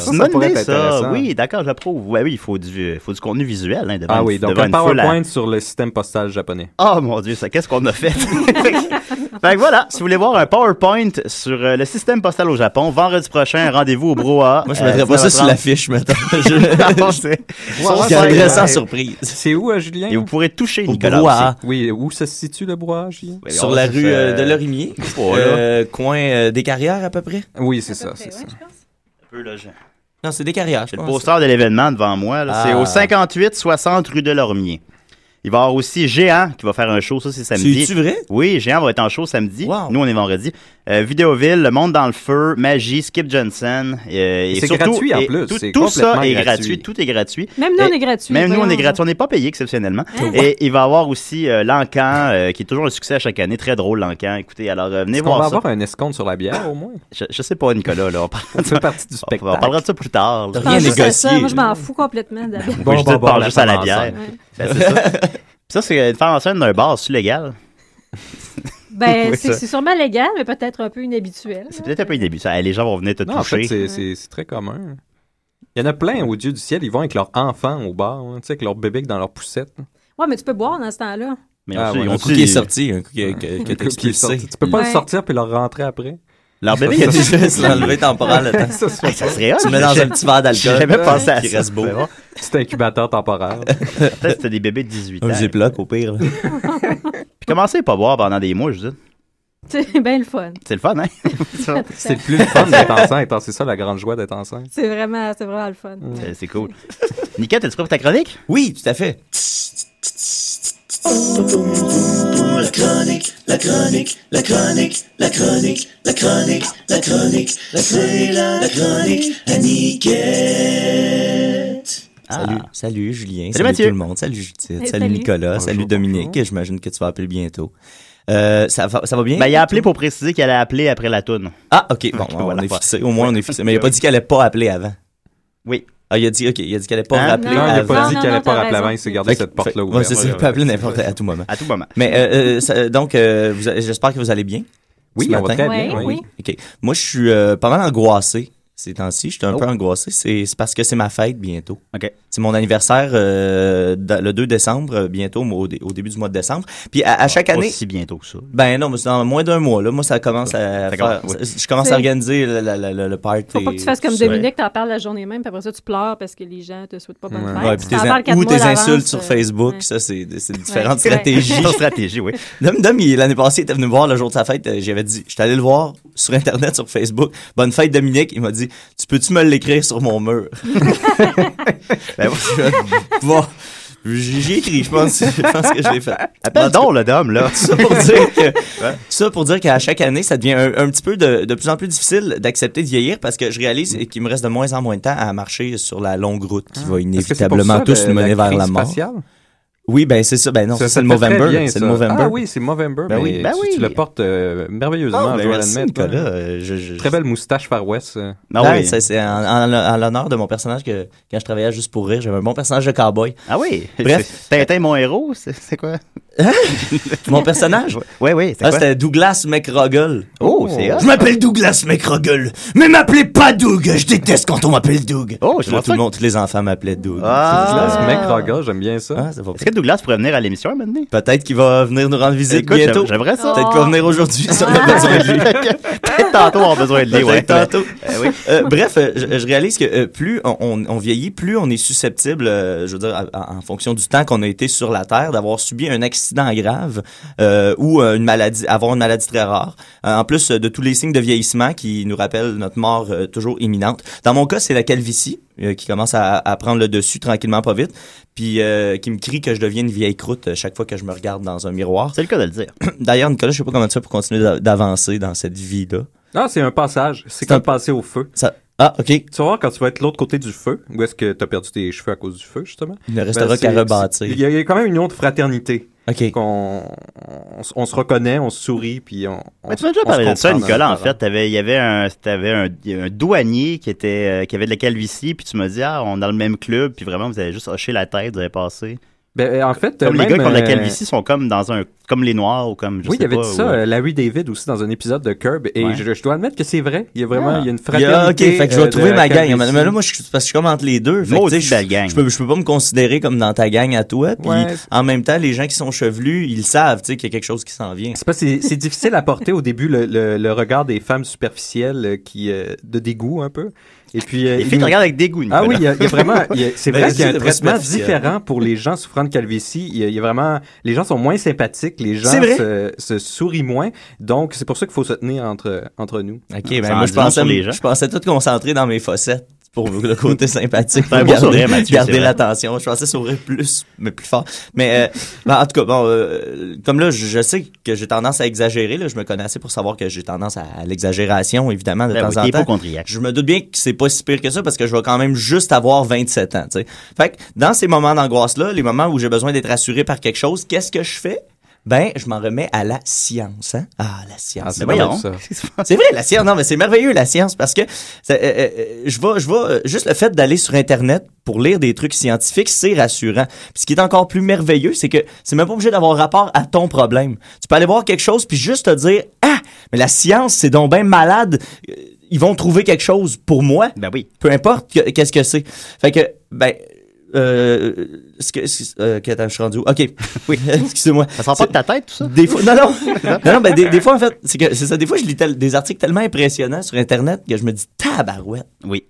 Speaker 3: Ça,
Speaker 5: c'est une
Speaker 3: ça
Speaker 5: bonne
Speaker 3: pourrait
Speaker 5: idée,
Speaker 3: être
Speaker 5: ça.
Speaker 3: intéressant.
Speaker 5: Oui, d'accord, j'approuve. Ouais, oui, il faut du, faut du contenu visuel hein, devant,
Speaker 3: Ah
Speaker 5: une-
Speaker 3: oui, donc
Speaker 5: devant
Speaker 3: un
Speaker 5: une foule à-
Speaker 3: PowerPoint sur le système postal japonais.
Speaker 5: Oh mon Dieu, ça, qu'est-ce qu'on a fait? fait que voilà, si vous voulez voir un PowerPoint sur euh, le système postal au Japon, vendredi prochain, rendez-vous au euh, Broa.
Speaker 9: Moi, je mettrais pas ça sur l'affiche, maintenant. Je- Je garderais ça en surprise.
Speaker 3: C'est où, euh, Julien?
Speaker 5: Et vous pourrez toucher
Speaker 9: Au
Speaker 5: Nicolas
Speaker 9: Broa.
Speaker 5: aussi.
Speaker 3: Oui, où se situe le bois, Julien?
Speaker 5: Oui,
Speaker 9: Sur
Speaker 5: on
Speaker 9: la
Speaker 5: se
Speaker 9: rue
Speaker 5: fait-
Speaker 9: euh, de Lorimier,
Speaker 5: Voilà.
Speaker 9: euh, coin euh, des carrières à peu près.
Speaker 3: Oui, c'est ça, c'est ça.
Speaker 5: Un peu, là, j'ai-
Speaker 9: Non, c'est des carrières, je
Speaker 5: J'ai le
Speaker 9: pense.
Speaker 5: poster de l'événement devant moi. là. C'est
Speaker 9: Ah.
Speaker 5: au 58-60 rue de Lormier. Il va y avoir aussi Géant qui va faire un show, ça c'est samedi.
Speaker 9: C'est-tu vrai?
Speaker 5: Oui, Géant va être en show samedi.
Speaker 9: Wow.
Speaker 5: Nous, on est vendredi. Euh, Vidéoville, Le Monde dans le Feu, Magie, Skip Johnson. euh, et
Speaker 3: C'est
Speaker 5: surtout-
Speaker 3: gratuit, en
Speaker 5: et
Speaker 3: plus.
Speaker 5: Tout,
Speaker 3: C'est
Speaker 5: tout ça
Speaker 3: complètement
Speaker 5: est gratuit.
Speaker 3: gratuit.
Speaker 5: Tout est gratuit.
Speaker 7: Même nous, on
Speaker 5: Et-
Speaker 7: est gratuits.
Speaker 5: Eh, Même nous, on est
Speaker 7: voyons.
Speaker 5: gratuit. On n'est pas payé exceptionnellement. Et il va y avoir aussi euh, L'Encan, euh, qui est toujours un succès à chaque année. Très drôle, L'Encan. Écoutez, alors euh, venez
Speaker 3: Est-ce qu'on
Speaker 5: voir
Speaker 3: va
Speaker 5: ça.
Speaker 3: avoir un escompte sur la bière, au moins?
Speaker 5: Je, je sais pas, Nicolas. Là, on, parlera de...
Speaker 3: Ça fait partie du
Speaker 5: on
Speaker 3: spectacle.
Speaker 5: parlera de ça plus tard. là.
Speaker 9: Rien
Speaker 7: Pense juste à ça,
Speaker 9: négocié,
Speaker 7: Moi, je
Speaker 9: là.
Speaker 7: m'en fous complètement. de la-
Speaker 5: Bon, je dis de
Speaker 3: bon,
Speaker 5: parler
Speaker 3: bon,
Speaker 5: juste à la
Speaker 3: on
Speaker 5: bière.
Speaker 3: ensemble.
Speaker 5: Ben, c'est ça. Ça, c'est une faire en scène d'un bar, c'est légal.
Speaker 7: Ben,
Speaker 5: Oui, ça.
Speaker 7: c'est c'est sûrement légal, mais peut-être un peu inhabituel.
Speaker 5: C'est peut-être un peu début. Ça, les gens vont venir te
Speaker 3: Non, en
Speaker 5: toucher.
Speaker 3: fait, c'est- c'est c'est très commun. Il y en a plein, au Dieu du ciel, ils vont avec leurs enfants au bar, hein, tu sais, avec leur bébé dans leur poussette. hein.
Speaker 7: Ouais, mais tu peux boire dans ce temps-là.
Speaker 5: mais
Speaker 3: Ah, ouais,
Speaker 5: ils
Speaker 3: un
Speaker 5: ont
Speaker 9: Un coup qui est sorti, un coup qui- que, que
Speaker 3: Le couple qui est
Speaker 9: t'expulsais.
Speaker 3: sorti. Tu peux pas
Speaker 7: Ouais.
Speaker 3: le sortir puis le rentrer après.
Speaker 5: Leur bébé,
Speaker 9: Il y a déjà se l'enlever temporaire le temps.
Speaker 3: Ça, c'est
Speaker 5: Ah, Ça serait hot.
Speaker 9: Tu le mets dans un petit verre
Speaker 5: J'ai
Speaker 9: d'alcool.
Speaker 5: jamais pensé à
Speaker 9: qui
Speaker 5: ça.
Speaker 9: reste beau.
Speaker 5: C'est bon.
Speaker 3: c'est un incubateur temporaire.
Speaker 5: Peut-être que t'as des bébés de 18 ans.
Speaker 9: Un
Speaker 5: Puis
Speaker 9: ziploc au pire. là.
Speaker 5: commencez à pas boire pendant des mois, je dis.
Speaker 7: C'est bien le fun.
Speaker 5: C'est le fun, hein? Ça,
Speaker 3: C'est le plus fun d'être enceinte. hein, C'est ça la grande joie d'être enceinte.
Speaker 7: C'est vraiment, c'est vraiment le fun.
Speaker 9: Mm.
Speaker 5: c'est- C'est cool. Niquette, es-tu prêt pour ta chronique?
Speaker 9: Oui, tout à fait. Salut, salut Julien, salut,
Speaker 5: Ah. Mathieu.
Speaker 9: tout le monde, salut Judith, salut,
Speaker 7: salut.
Speaker 9: Nicolas, salut Dominique, j'imagine que tu vas appeler bientôt. Euh, ça, va, ça va bien?
Speaker 5: Ben, il a appelé pour préciser qu'elle a appelé après la toune.
Speaker 9: Ah, ok, bon, on
Speaker 5: voilà.
Speaker 9: est fixé, au moins on est fixé. Mais il a pas dit qu'elle allait pas appeler avant.
Speaker 5: Oui.
Speaker 9: Ah, il a dit, OK, il a dit qu'elle allait pas
Speaker 3: Hein?
Speaker 9: rappeler.
Speaker 3: Non, il a
Speaker 9: avant.
Speaker 3: pas dit Non, qu'elle non, allait pas t'as rappeler raison. avant, il s'est gardé
Speaker 9: Fait que-
Speaker 3: cette porte-là
Speaker 9: fait-
Speaker 3: ouverte.
Speaker 9: ouais, c'est ça, il peut appeler n'importe à tout moment.
Speaker 5: À tout moment.
Speaker 9: Mais euh, euh, ça- donc, euh, vous- j'espère que vous allez bien.
Speaker 3: Oui,
Speaker 9: ce
Speaker 3: on va très
Speaker 9: matin.
Speaker 3: bien, Oui, oui.
Speaker 9: OK. Moi, je suis euh, pas mal angoissé ces temps-ci. Je suis un
Speaker 5: Oh.
Speaker 9: peu angoissé. C'est c'est parce que c'est ma fête bientôt.
Speaker 5: OK.
Speaker 9: C'est mon anniversaire euh, dans- le 2 décembre, euh, bientôt, au, dé- au début du mois de décembre. Puis à, à chaque
Speaker 5: pas
Speaker 9: année.
Speaker 5: si bientôt que ça.
Speaker 9: Ben non, mais c'est dans moins d'un mois. Là. Moi, ça commence à.
Speaker 5: Ça
Speaker 9: faire-
Speaker 5: commence, oui.
Speaker 9: ça- Je commence
Speaker 7: C'est-
Speaker 9: à organiser le, le, le- le- le party.
Speaker 7: Faut pas que tu fasses comme
Speaker 9: tout ça.
Speaker 7: Dominique, t'en parles la journée même, puis après ça, tu pleures parce que les gens te souhaitent pas bonne fête.
Speaker 9: Ouais,
Speaker 7: Tu
Speaker 9: puis tes
Speaker 7: t'en
Speaker 9: in-
Speaker 7: parles quatre
Speaker 9: ou
Speaker 7: mois
Speaker 9: tes
Speaker 7: d'avance,
Speaker 9: insultes sur
Speaker 7: euh,
Speaker 9: Facebook,
Speaker 7: ouais.
Speaker 9: ça, c'est c'est différentes
Speaker 7: c'est vrai.
Speaker 9: stratégies.
Speaker 7: Différentes
Speaker 5: stratégies, oui.
Speaker 9: Dom, Dom, il- l'année passée, il était venu me voir le jour de sa fête. euh, J'avais dit, je suis allé le voir sur Internet, sur Facebook. Bonne fête, Dominique. Il m'a dit, tu peux-tu me l'écrire sur mon mur? ben, bon, j'y ai écrit, je pense, je pense que je l'ai fait.
Speaker 5: Appelle donc le Dom, là.
Speaker 9: Ça pour dire que- ça pour dire qu'à chaque année, ça devient un, un petit peu de, de plus en plus difficile d'accepter de vieillir parce que je réalise
Speaker 3: Mm.
Speaker 9: qu'il me reste de moins en moins de temps à marcher sur la longue route qui va
Speaker 3: Ah. Est-ce que c'est pour
Speaker 9: inévitablement
Speaker 3: ça,
Speaker 9: tous
Speaker 3: le-
Speaker 9: nous mener vers
Speaker 3: crise
Speaker 9: la mort.
Speaker 3: spatiale?
Speaker 9: Oui, ben c'est ça. Ben non, ça,
Speaker 3: Ça,
Speaker 9: c'est
Speaker 3: ça
Speaker 9: le
Speaker 3: fait très
Speaker 9: Movember.
Speaker 3: bien,
Speaker 9: C'est
Speaker 3: ça.
Speaker 9: le Movember.
Speaker 3: Ah oui, c'est Movember.
Speaker 9: Ben oui,
Speaker 3: mais
Speaker 9: ben
Speaker 3: tu-
Speaker 9: oui.
Speaker 3: Tu le portes euh, merveilleusement,
Speaker 9: Ah, ben
Speaker 3: je dois
Speaker 9: merci,
Speaker 3: l'admettre.
Speaker 9: Nicolas.
Speaker 3: hein.
Speaker 9: Euh, je- je-
Speaker 3: Très belle moustache Far West. euh.
Speaker 5: Ben
Speaker 9: Non, c'est c'est en, en- en l'honneur de mon personnage que quand je travaillais à juste pour rire, j'avais un bon personnage de cowboy.
Speaker 5: Ah oui.
Speaker 9: Bref, Hein?
Speaker 5: C'est- Tintin, mon héros, c'est c'est quoi?
Speaker 9: mon personnage.
Speaker 5: Oui, oui.
Speaker 9: Ah, c'était Douglas McRogle.
Speaker 5: Oh, c'est hot.
Speaker 9: Je m'appelle Douglas McRogle, mais m'appelez pas Doug. Je déteste quand on m'appelle Doug. Oh,
Speaker 5: je vois
Speaker 9: tout
Speaker 5: ça.
Speaker 9: le monde, tous les enfants m'appelaient Doug.
Speaker 5: Ah. Douglas McRogle,
Speaker 9: j'aime bien ça.
Speaker 5: Est-ce que Douglas pourrait venir à l'émission maintenant?
Speaker 9: Peut-être qu'il va venir nous rendre visite
Speaker 5: Écoute,
Speaker 9: bientôt.
Speaker 5: j'aime- j'aimerais ça.
Speaker 9: Peut-être qu'il va venir aujourd'hui. si on a besoin de lui.
Speaker 5: Peut-être Eh tantôt, on a besoin de lui, ouais.
Speaker 9: Peut-être tantôt. Euh, bref, euh, je, je réalise que euh, plus on, on- on vieillit, plus on est susceptible, euh, je veux dire, à- à- en fonction du temps qu'on a été sur la Terre, d'avoir subi un accident grave euh, ou euh, une maladie, avoir une maladie très rare. Euh, en plus euh, de tous les signes de vieillissement qui nous rappellent notre mort euh, toujours imminente. Dans mon cas, c'est la calvitie euh, qui commence à, à prendre le dessus tranquillement, pas vite, puis euh, qui me crie que je deviens une vieille croûte euh, chaque fois que je me regarde dans un miroir.
Speaker 5: C'est le cas de le dire.
Speaker 9: D'ailleurs, Nicolas, je sais pas comment tu fais pour continuer d'a- d'avancer dans cette vie-là.
Speaker 3: Ah, c'est un passage. C'est comme passer au feu.
Speaker 9: Ah, OK.
Speaker 3: Tu vas voir quand tu vas être de l'autre côté du feu, où est-ce que tu as perdu tes cheveux à cause du feu, justement. Ben,
Speaker 9: Il ne restera
Speaker 3: c'est-
Speaker 9: qu'à rebâtir.
Speaker 3: c'est- Il y, a- il y a quand même une autre fraternité.
Speaker 9: OK.
Speaker 3: Qu'on, on, s- on se reconnaît, on se sourit, puis on. on
Speaker 5: Mais tu
Speaker 3: s-
Speaker 5: m'as déjà
Speaker 3: on se
Speaker 5: parlé de ça,
Speaker 3: comprend dans
Speaker 5: Nicolas,
Speaker 3: nos
Speaker 5: en
Speaker 3: paroles.
Speaker 5: fait. T'avais- Il y avait un, t'avais un, il y a un douanier qui, était, euh, qui avait de la calvitie, puis tu m'as dit, ah, on est dans le même club, puis vraiment, vous avez juste hoché la tête, vous avez passé.
Speaker 3: Ben, en fait,
Speaker 5: Comme les
Speaker 3: même,
Speaker 5: gars qui ont de la
Speaker 3: euh,
Speaker 5: calvitie sont comme dans un. comme les noirs ou comme. Je
Speaker 3: oui, il y
Speaker 5: sais
Speaker 3: avait
Speaker 5: pas,
Speaker 3: dit ça,
Speaker 5: ou-
Speaker 3: euh, Larry David aussi, dans un épisode de Curb, et
Speaker 5: Ouais.
Speaker 3: je, je dois admettre que c'est vrai. Il y a vraiment
Speaker 9: Ah.
Speaker 3: il y a une
Speaker 9: Il y a-
Speaker 3: fraternité.
Speaker 9: ok, fait que je vais
Speaker 3: euh, de
Speaker 9: trouver
Speaker 3: la
Speaker 9: ma gang.
Speaker 3: calvitie.
Speaker 9: Mais là, moi, je suis parce que je suis comme entre les deux. Fait que,
Speaker 5: Maudite
Speaker 9: tu sais,
Speaker 5: belle gang.
Speaker 9: je, je peux, je peux pas me considérer comme dans ta gang à toi. Puis
Speaker 3: Ouais.
Speaker 9: en même temps, les gens qui sont chevelus, ils savent, tu sais, qu'il y a quelque chose qui s'en vient.
Speaker 3: C'est pas- c'est c'est difficile à porter au début le, le- le regard des femmes superficielles euh, qui euh, de dégoût un peu. Et puis euh,
Speaker 5: Les filles
Speaker 3: il-
Speaker 5: te regardent avec dégoût,
Speaker 3: Ah
Speaker 5: Nicolas.
Speaker 3: oui, il y a, il y a vraiment il y a- Ben, c'est
Speaker 5: Mais
Speaker 3: vrai qu'il y a un
Speaker 5: c'est
Speaker 3: traitement
Speaker 5: superficiel.
Speaker 3: différent pour les gens souffrant de calvitie, il y, a, il y a vraiment les gens sont moins sympathiques, les gens
Speaker 9: C'est vrai.
Speaker 3: se, se sourient moins. Donc c'est pour ça qu'il faut se tenir entre entre nous.
Speaker 9: Ok, ben moi, je pensais, je pensais tout concentrer dans mes fossettes pour le côté sympathique.
Speaker 5: T'as un beau
Speaker 9: Garder-
Speaker 5: sourire, Mathieu, c'est
Speaker 9: Garder
Speaker 5: vrai.
Speaker 9: l'attention. Je pensais sourire plus, mais plus fort. Mais euh, ben, en tout cas, bon, euh, comme là, je, je sais que j'ai tendance à exagérer. Là, je me connais assez pour savoir que j'ai tendance à, à l'exagération, évidemment, de
Speaker 5: Ben
Speaker 9: temps
Speaker 5: oui,
Speaker 9: en
Speaker 5: t'es
Speaker 9: temps.
Speaker 5: hypochondriaque.
Speaker 9: Je me doute bien que c'est pas si pire que ça parce que je vais quand même juste avoir 27 ans. tu sais. Fait que dans ces moments d'angoisse-là, les moments où j'ai besoin d'être assuré par quelque chose, qu'est-ce que je fais? Ben, je m'en remets à la science. hein. Ah, la science.
Speaker 3: Ah, c'est
Speaker 9: Mais
Speaker 3: bon,
Speaker 9: voyons.
Speaker 3: ça.
Speaker 9: C'est vrai, la science. Non, mais c'est merveilleux, la science, parce que ça, euh, euh, je vois, je vois, euh, juste le fait d'aller sur Internet pour lire des trucs scientifiques, c'est rassurant. Puis ce qui est encore plus merveilleux, c'est que c'est même pas obligé d'avoir rapport à ton problème. Tu peux aller voir quelque chose, puis juste te dire, ah, mais la science, c'est donc bien malade. Euh, Ils vont trouver quelque chose pour moi.
Speaker 5: Ben oui.
Speaker 9: Peu importe que- qu'est-ce que c'est. Fait que, ben, euh, ce que, ce que- euh, que attends, je suis rendu où? OK. Oui, excusez-moi. Ça
Speaker 5: sort pas de ta tête, tout ça?
Speaker 9: Des fois, non, non. non, non, ben, des, des fois, en fait, c'est que, c'est ça. Des fois, je lis tel- des articles tellement impressionnants sur Internet que je me dis tabarouette.
Speaker 5: Oui.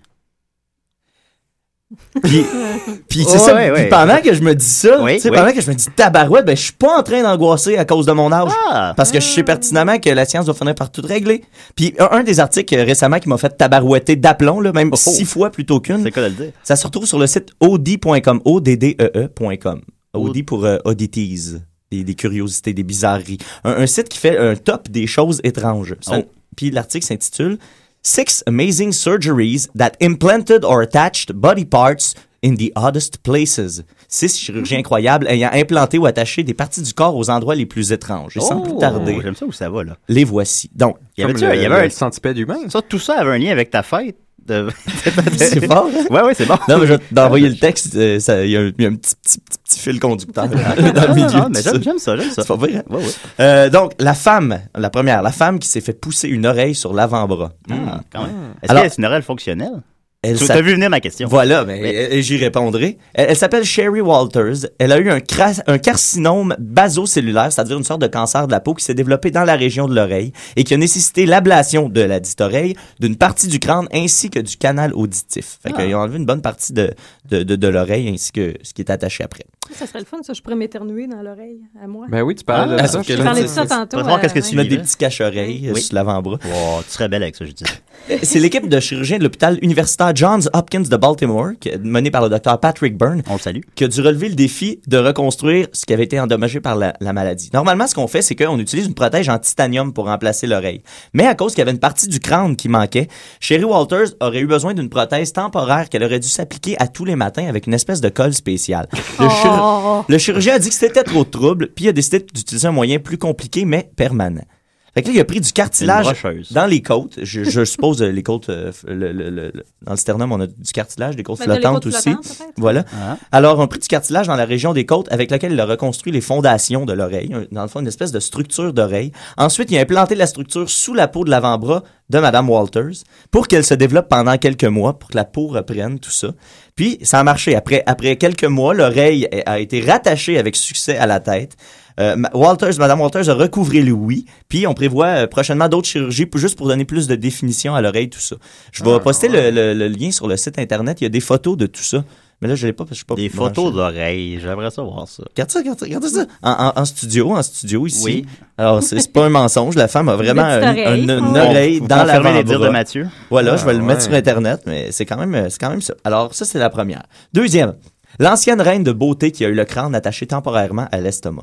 Speaker 9: Puis, puis c'est
Speaker 5: Ouais,
Speaker 9: ça.
Speaker 5: ouais.
Speaker 9: Puis pendant que je me dis ça,
Speaker 5: Oui,
Speaker 9: tu sais,
Speaker 5: oui.
Speaker 9: pendant que je me dis tabarouette, ben, je suis pas en train d'angoisser à cause de mon âge.
Speaker 5: Ah!
Speaker 9: Parce que je sais pertinemment que la science va finir par tout régler. Puis un, un des articles euh, récemment qui m'a fait tabarouetter d'aplomb, là, même six fois plutôt qu'une.
Speaker 5: Oh! C'est quoi de le dire?
Speaker 9: Ça se retrouve sur le site oddie.com, E O-D-D-E-E.com. Oddie pour euh, oddities, des, des curiosités, des bizarreries. Un, un site qui fait un top des choses étranges. Ça-
Speaker 5: Oh.
Speaker 9: Puis l'article s'intitule Six amazing surgeries that implanted or attached body parts in the oddest places. Six chirurgiens incroyables ayant implanté ou attaché des parties du corps aux endroits les plus étranges. Et sans plus tarder,
Speaker 5: Oh, J'aime ça où ça va, là.
Speaker 9: les voici. Donc,
Speaker 5: Il y avait,
Speaker 3: Comme
Speaker 5: il y
Speaker 3: le-
Speaker 5: avait
Speaker 3: le centipède humain.
Speaker 5: un. Ça, tout ça avait un lien avec ta fête.
Speaker 9: C'est fort, hein?
Speaker 5: Ouais, ouais, c'est bon.
Speaker 9: Non, mais je vais t'envoyer le texte. euh, ça- Il y, a un il y a un petit, petit, petit, petit fil conducteur dans
Speaker 5: Ah,
Speaker 9: le milieu.
Speaker 5: non, mais j'aime- j'aime ça, j'aime ça.
Speaker 9: C'est pas vrai, hein?
Speaker 5: Ouais, ouais.
Speaker 9: Euh, donc, la femme, la première, la femme qui s'est fait pousser une oreille sur l'avant-bras.
Speaker 5: Ah, quand même. Est-ce
Speaker 9: Alors-
Speaker 5: qu'elle est une oreille fonctionnelle?
Speaker 9: Elle
Speaker 5: Tu-
Speaker 9: s'app-
Speaker 5: T'as vu venir ma question.
Speaker 9: Voilà, mais, et j'y répondrai. Elle, elle s'appelle Sherry Walters. Elle a eu un, cra- un carcinome basocellulaire, c'est-à-dire une sorte de cancer de la peau qui s'est développé dans la région de l'oreille et qui a nécessité l'ablation de la dite oreille, d'une partie du crâne ainsi que du canal auditif. Fait
Speaker 7: Ah.
Speaker 9: qu'ils ont enlevé une bonne partie de, de, de, de l'oreille ainsi que ce qui est attaché après.
Speaker 7: Ça serait le fun, ça. Je pourrais m'éternuer dans l'oreille, à moi.
Speaker 3: Ben
Speaker 9: Ah,
Speaker 7: Je parlais de ça tantôt.
Speaker 5: Faut savoir
Speaker 7: euh,
Speaker 5: qu'est-ce que
Speaker 7: ouais.
Speaker 5: tu
Speaker 9: mets
Speaker 5: dis,
Speaker 9: des
Speaker 5: là.
Speaker 9: petits cache-oreilles euh,
Speaker 5: Oui.
Speaker 9: sur l'avant-bras.
Speaker 5: Wow, tu serais belle avec ça, je dis.
Speaker 9: C'est l'équipe de chirurgiens de l'hôpital universitaire Johns Hopkins de Baltimore, qui est menée par le docteur Patrick Byrne, qui a dû relever le défi de reconstruire ce qui avait été endommagé par la, la maladie. Normalement, ce qu'on fait, c'est qu'on utilise une prothèse en titanium pour remplacer l'oreille. Mais à cause qu'il y avait une partie du crâne qui manquait, Sherry Walters aurait eu besoin d'une prothèse temporaire qu'elle aurait dû s'appliquer à tous les matins avec une espèce de colle spéciale. Le, chir-
Speaker 7: Oh.
Speaker 9: le chirurgien a dit que c'était trop de trouble, puis il a décidé d'utiliser un moyen plus compliqué, mais permanent. Fait que là, il a pris du
Speaker 5: Une
Speaker 9: cartilage
Speaker 5: brocheuse.
Speaker 9: dans les côtes. Je, je suppose euh, les côtes, euh, f- le- le- le- le- dans le sternum, on a du cartilage, des côtes
Speaker 5: Ben, t'as les
Speaker 9: flottantes
Speaker 5: côtes
Speaker 9: aussi.
Speaker 5: flottantes, peut-être.
Speaker 9: voilà.
Speaker 5: Ah.
Speaker 9: Alors, on a pris du cartilage dans la région des côtes avec laquelle il a reconstruit les fondations de l'oreille. un- Dans le fond, une espèce de structure d'oreille. Ensuite, il a implanté la structure sous la peau de l'avant-bras de Madame Walters pour qu'elle se développe pendant quelques mois, pour que la peau reprenne tout ça. Puis, ça a marché. Après, après quelques mois, l'oreille a- a été rattachée avec succès à la tête. Euh, Ma- Walters, Madame Walters a recouvré le oui, puis on prévoit euh, prochainement d'autres chirurgies pour, juste pour donner plus de définition à l'oreille, tout ça. Je vais poster le- le, le lien sur le site internet, il y a des photos de tout ça. Mais là, je l'ai pas parce que je suis pas
Speaker 5: Des photos d'oreilles, j'aimerais ça voir ça.
Speaker 9: Regarde ça, regarde ça, regarde ça. En, en- en studio, en studio ici.
Speaker 5: Oui.
Speaker 9: Alors, c'est c'est pas un mensonge, la femme a vraiment
Speaker 5: Une
Speaker 9: un-
Speaker 5: petite
Speaker 9: un- une,
Speaker 5: oreille.
Speaker 7: Ah.
Speaker 9: une
Speaker 5: Oh.
Speaker 9: oreille
Speaker 5: Vous
Speaker 9: dans la
Speaker 5: confirmez les dires de Mathieu?
Speaker 9: Voilà,
Speaker 5: Ah,
Speaker 9: je vais le mettre
Speaker 5: ouais.
Speaker 9: sur Internet, mais c'est quand même, euh, c'est quand même ça. Alors, ça, c'est la première. Deuxième, l'ancienne reine de beauté qui a eu le crâne attaché temporairement à l'estomac.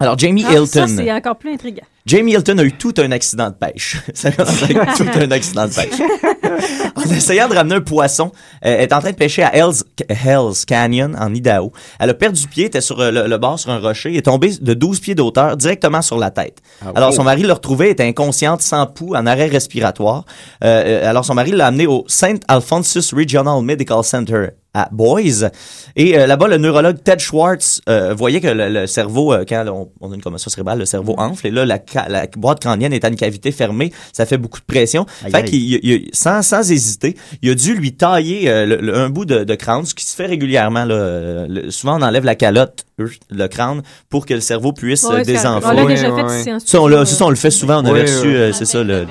Speaker 9: Alors, Jamie
Speaker 7: Ah,
Speaker 9: Hilton.
Speaker 7: Ça, c'est encore plus intriguant.
Speaker 9: Jamie Hilton a eu tout un accident de pêche. Ça commence avec tout un accident de pêche. En essayant de ramener un poisson, euh, elle est en train de pêcher à Hell's, Hell's Canyon, en Idaho. Elle a perdu pied, était sur euh, le, le bord sur un rocher, est tombée de 12 pieds d'auteur directement sur la tête.
Speaker 5: Ah
Speaker 9: alors, son
Speaker 5: wow.
Speaker 9: mari l'a retrouvée, était inconsciente, sans pouls, en arrêt respiratoire. Euh, euh, alors, son mari l'a amenée au St. Alphonsus Regional Medical Center à Boise. Et euh, là-bas, le neurologue Ted Schwartz euh, voyait que le, le cerveau, euh, quand on, on a une commotion cérébrale, le cerveau enfle. Et là, la, ca- la boîte crânienne est à une cavité fermée. Ça fait beaucoup de pression.
Speaker 5: Aïe,
Speaker 9: fait
Speaker 5: aïe.
Speaker 9: qu'il, il- il- sans, sans hésiter, il a dû lui tailler euh, le- le- un bout de, de crâne, ce qui se fait régulièrement. là. Euh, le- souvent, on enlève la calotte, euh, le crâne, pour que le cerveau puisse euh,
Speaker 7: Ouais, c'est-
Speaker 9: désenfler.
Speaker 7: on l'a déjà Ouais, fait ouais, ici en ouais.
Speaker 9: Ça, on l'a-
Speaker 7: studio,
Speaker 9: ça, on le fait souvent. On
Speaker 5: Ouais,
Speaker 9: avait reçu,
Speaker 5: ouais.
Speaker 9: euh, c'est ça, le...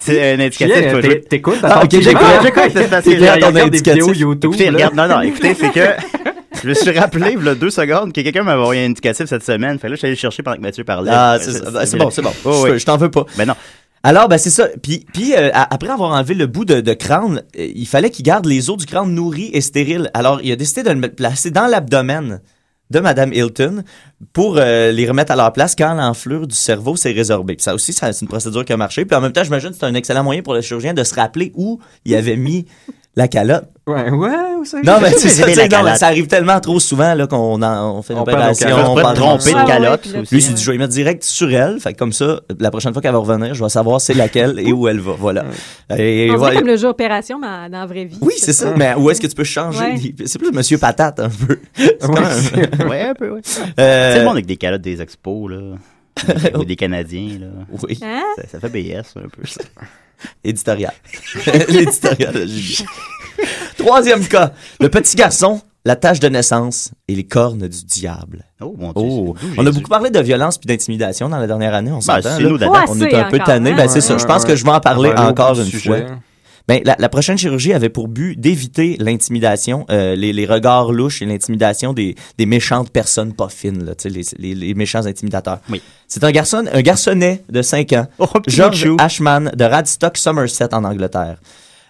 Speaker 5: C'est un
Speaker 9: Julien,
Speaker 5: indicatif. faut
Speaker 9: t'é-
Speaker 5: jouer.
Speaker 9: t'écoutes,
Speaker 5: Ah, ok,
Speaker 9: attentivement.
Speaker 5: j'écoute. j'écoute,
Speaker 9: T'es
Speaker 5: c'est parce que
Speaker 9: bien
Speaker 5: je
Speaker 9: ton
Speaker 5: regarde des
Speaker 9: indicatif.
Speaker 5: vidéos YouTube,
Speaker 9: Écoutez,
Speaker 5: là.
Speaker 9: regarde,
Speaker 5: non, non, écoutez, c'est que je me suis rappelé, il y a deux secondes, que quelqu'un m'avait envoyé un indicatif cette semaine. Fait que là, je suis allé le chercher pendant que Mathieu parlait.
Speaker 9: Ah, c'est ça. Ah, c'est bon, c'est bon.
Speaker 5: Oh,
Speaker 9: Je-
Speaker 5: oui.
Speaker 9: Je t'en veux pas.
Speaker 5: Ben non.
Speaker 9: Alors, ben c'est ça. Puis, puis euh, a- après avoir enlevé le bout de, de crâne, euh, il fallait qu'il garde les os du crâne nourris et stériles. Alors, il a décidé de le mettre- placer dans l'abdomen de Madame Hilton pour euh, les remettre à leur place quand l'enflure du cerveau s'est résorbée. Puis ça aussi, ça, c'est une procédure qui a marché. Puis en même temps, j'imagine que c'est un excellent moyen pour le chirurgien de se rappeler où il avait mis la calotte.
Speaker 3: Ouais, ouais, où ça
Speaker 9: Non, mais
Speaker 3: j'ai
Speaker 9: c'est ça,
Speaker 3: aimé la
Speaker 9: tu sais, non, mais
Speaker 3: calotte.
Speaker 9: ça arrive tellement trop souvent là, qu'on en- on fait une
Speaker 3: On parle aux
Speaker 9: opération.
Speaker 3: calottes.
Speaker 9: euh, on
Speaker 3: Faut pas
Speaker 9: parle
Speaker 3: te tromper de
Speaker 9: ça.
Speaker 3: calotte, Ouais, ouais, aussi.
Speaker 9: Lui, c'est du je vais mettre direct sur elle. Fait que comme ça, la prochaine fois qu'elle va revenir, je vais savoir c'est laquelle et où elle va. Voilà. Et
Speaker 7: On dirait
Speaker 9: voilà.
Speaker 7: comme le jeu opération, mais en- dans la vraie vie.
Speaker 9: Oui, c'est ça. Mais où est-ce que tu peux changer?
Speaker 7: Ouais.
Speaker 9: C'est plus Monsieur Patate, hein, un peu. C'est
Speaker 5: Ouais,
Speaker 9: quand même-
Speaker 5: c'est- ouais, un peu, ouais.
Speaker 9: Euh,
Speaker 5: C'est le monde avec des calottes des expos, là. Ou des Canadiens, là.
Speaker 9: Oui.
Speaker 7: Hein?
Speaker 5: Ça, ça fait BS, un peu, ça.
Speaker 9: Éditorial. L'éditorial de Julie. Troisième cas. Le petit garçon, la tache de naissance et les cornes du diable.
Speaker 5: Oh, mon Dieu.
Speaker 9: Oh.
Speaker 5: c'est d'où
Speaker 9: On a
Speaker 5: Jésus.
Speaker 9: beaucoup parlé de violence puis d'intimidation dans la dernière année, on
Speaker 5: Ben,
Speaker 9: s'entend.
Speaker 5: c'est
Speaker 9: là.
Speaker 5: nous d'abord. Pas
Speaker 9: on
Speaker 5: assez
Speaker 9: est un peu
Speaker 5: encore,
Speaker 9: tanné,
Speaker 5: hein?
Speaker 9: ben, c'est ça.
Speaker 5: Ouais,
Speaker 9: Je pense
Speaker 5: ouais,
Speaker 9: que je vais en parler
Speaker 5: ouais, au
Speaker 9: encore
Speaker 5: bout
Speaker 9: une
Speaker 5: du sujet.
Speaker 9: fois. Ben, la, la prochaine chirurgie avait pour but d'éviter l'intimidation, euh, les, les regards louches et l'intimidation des, des méchantes personnes pas fines, là, tu sais, les, les, les méchants intimidateurs. C'est un garçon, un garçonnet de 5 ans,
Speaker 5: Oh, petit
Speaker 9: George
Speaker 5: Michou.
Speaker 9: Ashman de Radstock, Somerset en Angleterre.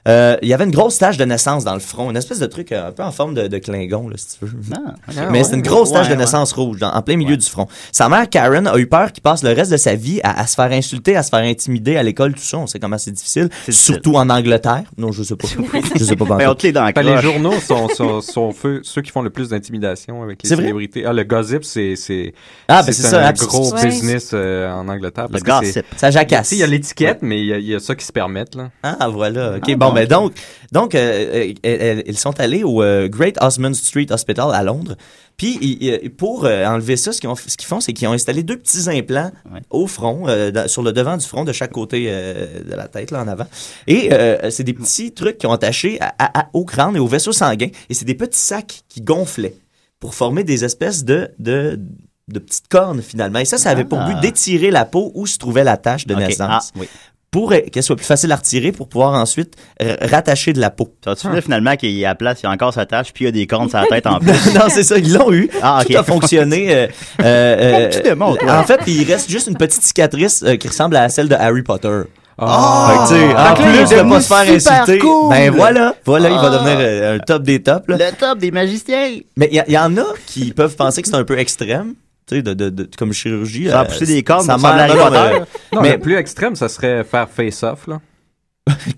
Speaker 9: Euh, il y avait une grosse tache de naissance dans le front, une espèce de truc euh, un peu en forme de, de clingon, là, si tu veux.
Speaker 5: Ah,
Speaker 9: Mais
Speaker 5: ouais.
Speaker 9: c'est une grosse tache
Speaker 5: Ouais,
Speaker 9: de
Speaker 5: ouais.
Speaker 9: naissance rouge, dans- en plein milieu du front. Sa mère, Karen, a eu peur qu'il passe le reste de sa vie à, à se faire insulter, à se faire intimider à l'école, tout ça. On sait comment c'est difficile. Surtout en Angleterre. Non, je sais pas. je sais pas. pas en tout.
Speaker 3: Ben, les journaux sont, sont, sont feux- ceux qui font le plus d'intimidation avec les
Speaker 9: C'est vrai?
Speaker 3: célébrités. Ah, le gossip, c'est c'est
Speaker 9: Ah, ben, c'est ça,
Speaker 3: un
Speaker 9: absolument.
Speaker 3: gros
Speaker 9: Ouais.
Speaker 3: business euh, en Angleterre.
Speaker 9: Le
Speaker 3: parce que
Speaker 9: gossip.
Speaker 3: c'est-
Speaker 9: Ça
Speaker 3: Tu
Speaker 9: jacasse.
Speaker 3: sais, Il y a l'étiquette, mais il y a, il y a ça qui se permettent. Là.
Speaker 9: Ah, voilà. OK,
Speaker 3: Ah,
Speaker 9: bon,
Speaker 3: bon,
Speaker 9: ben
Speaker 3: ok.
Speaker 9: donc, donc euh, euh, euh, ils sont allés au euh, Great Osmond Street Hospital à Londres. Puis, ils- ils- pour euh, enlever ça, ce qu'ils, ont- ce qu'ils font, c'est qu'ils ont installé deux petits implants au front, euh, dans- sur le devant du front, de chaque côté euh, de la tête, là, en avant. Et euh, c'est des petits trucs qui ont attaché à- à- à- au crâne et au vaisseau sanguin. Et c'est des petits sacs qui gonflaient pour former des espèces de... de de petites cornes finalement. Et ça, ça avait pour
Speaker 5: Ah.
Speaker 9: but d'étirer la peau où se trouvait la tache de
Speaker 5: Ok.
Speaker 9: naissance
Speaker 5: Ah, oui.
Speaker 9: pour euh, qu'elle soit plus facile à retirer pour pouvoir ensuite r- rattacher de la peau.
Speaker 5: Tu vois finalement qu'il y a la place, il y a encore sa tâche, puis il y a des cornes sur la tête en plus.
Speaker 9: non, c'est ça, ils l'ont eu.
Speaker 5: Ah, ok.
Speaker 9: Tout a fonctionné. euh, euh, euh,
Speaker 5: Tout est mort, toi.
Speaker 9: en fait, il reste juste une petite cicatrice euh, qui ressemble à celle de Harry Potter.
Speaker 5: Ah!
Speaker 9: Fait que, tu sais, en
Speaker 5: Fait que là, il est
Speaker 9: plus de
Speaker 5: devenu
Speaker 9: pas se faire
Speaker 5: super
Speaker 9: insulter,
Speaker 5: cool.
Speaker 9: ben voilà, voilà, il va
Speaker 5: Ah.
Speaker 9: devenir euh, un top des tops. là.
Speaker 5: Le top des magiciens!
Speaker 9: Mais il y, a- il y en a qui peuvent penser que c'est un peu extrême, tu sais, de, de- de- comme chirurgie.
Speaker 5: Ça a
Speaker 9: euh,
Speaker 5: poussé des cornes,
Speaker 9: ça
Speaker 5: ça ressemble à
Speaker 9: m'a- euh,
Speaker 5: Harry
Speaker 9: non,
Speaker 5: Potter.
Speaker 9: mais-
Speaker 3: Non,
Speaker 9: mais
Speaker 3: le plus extrême, ça serait faire face-off. là.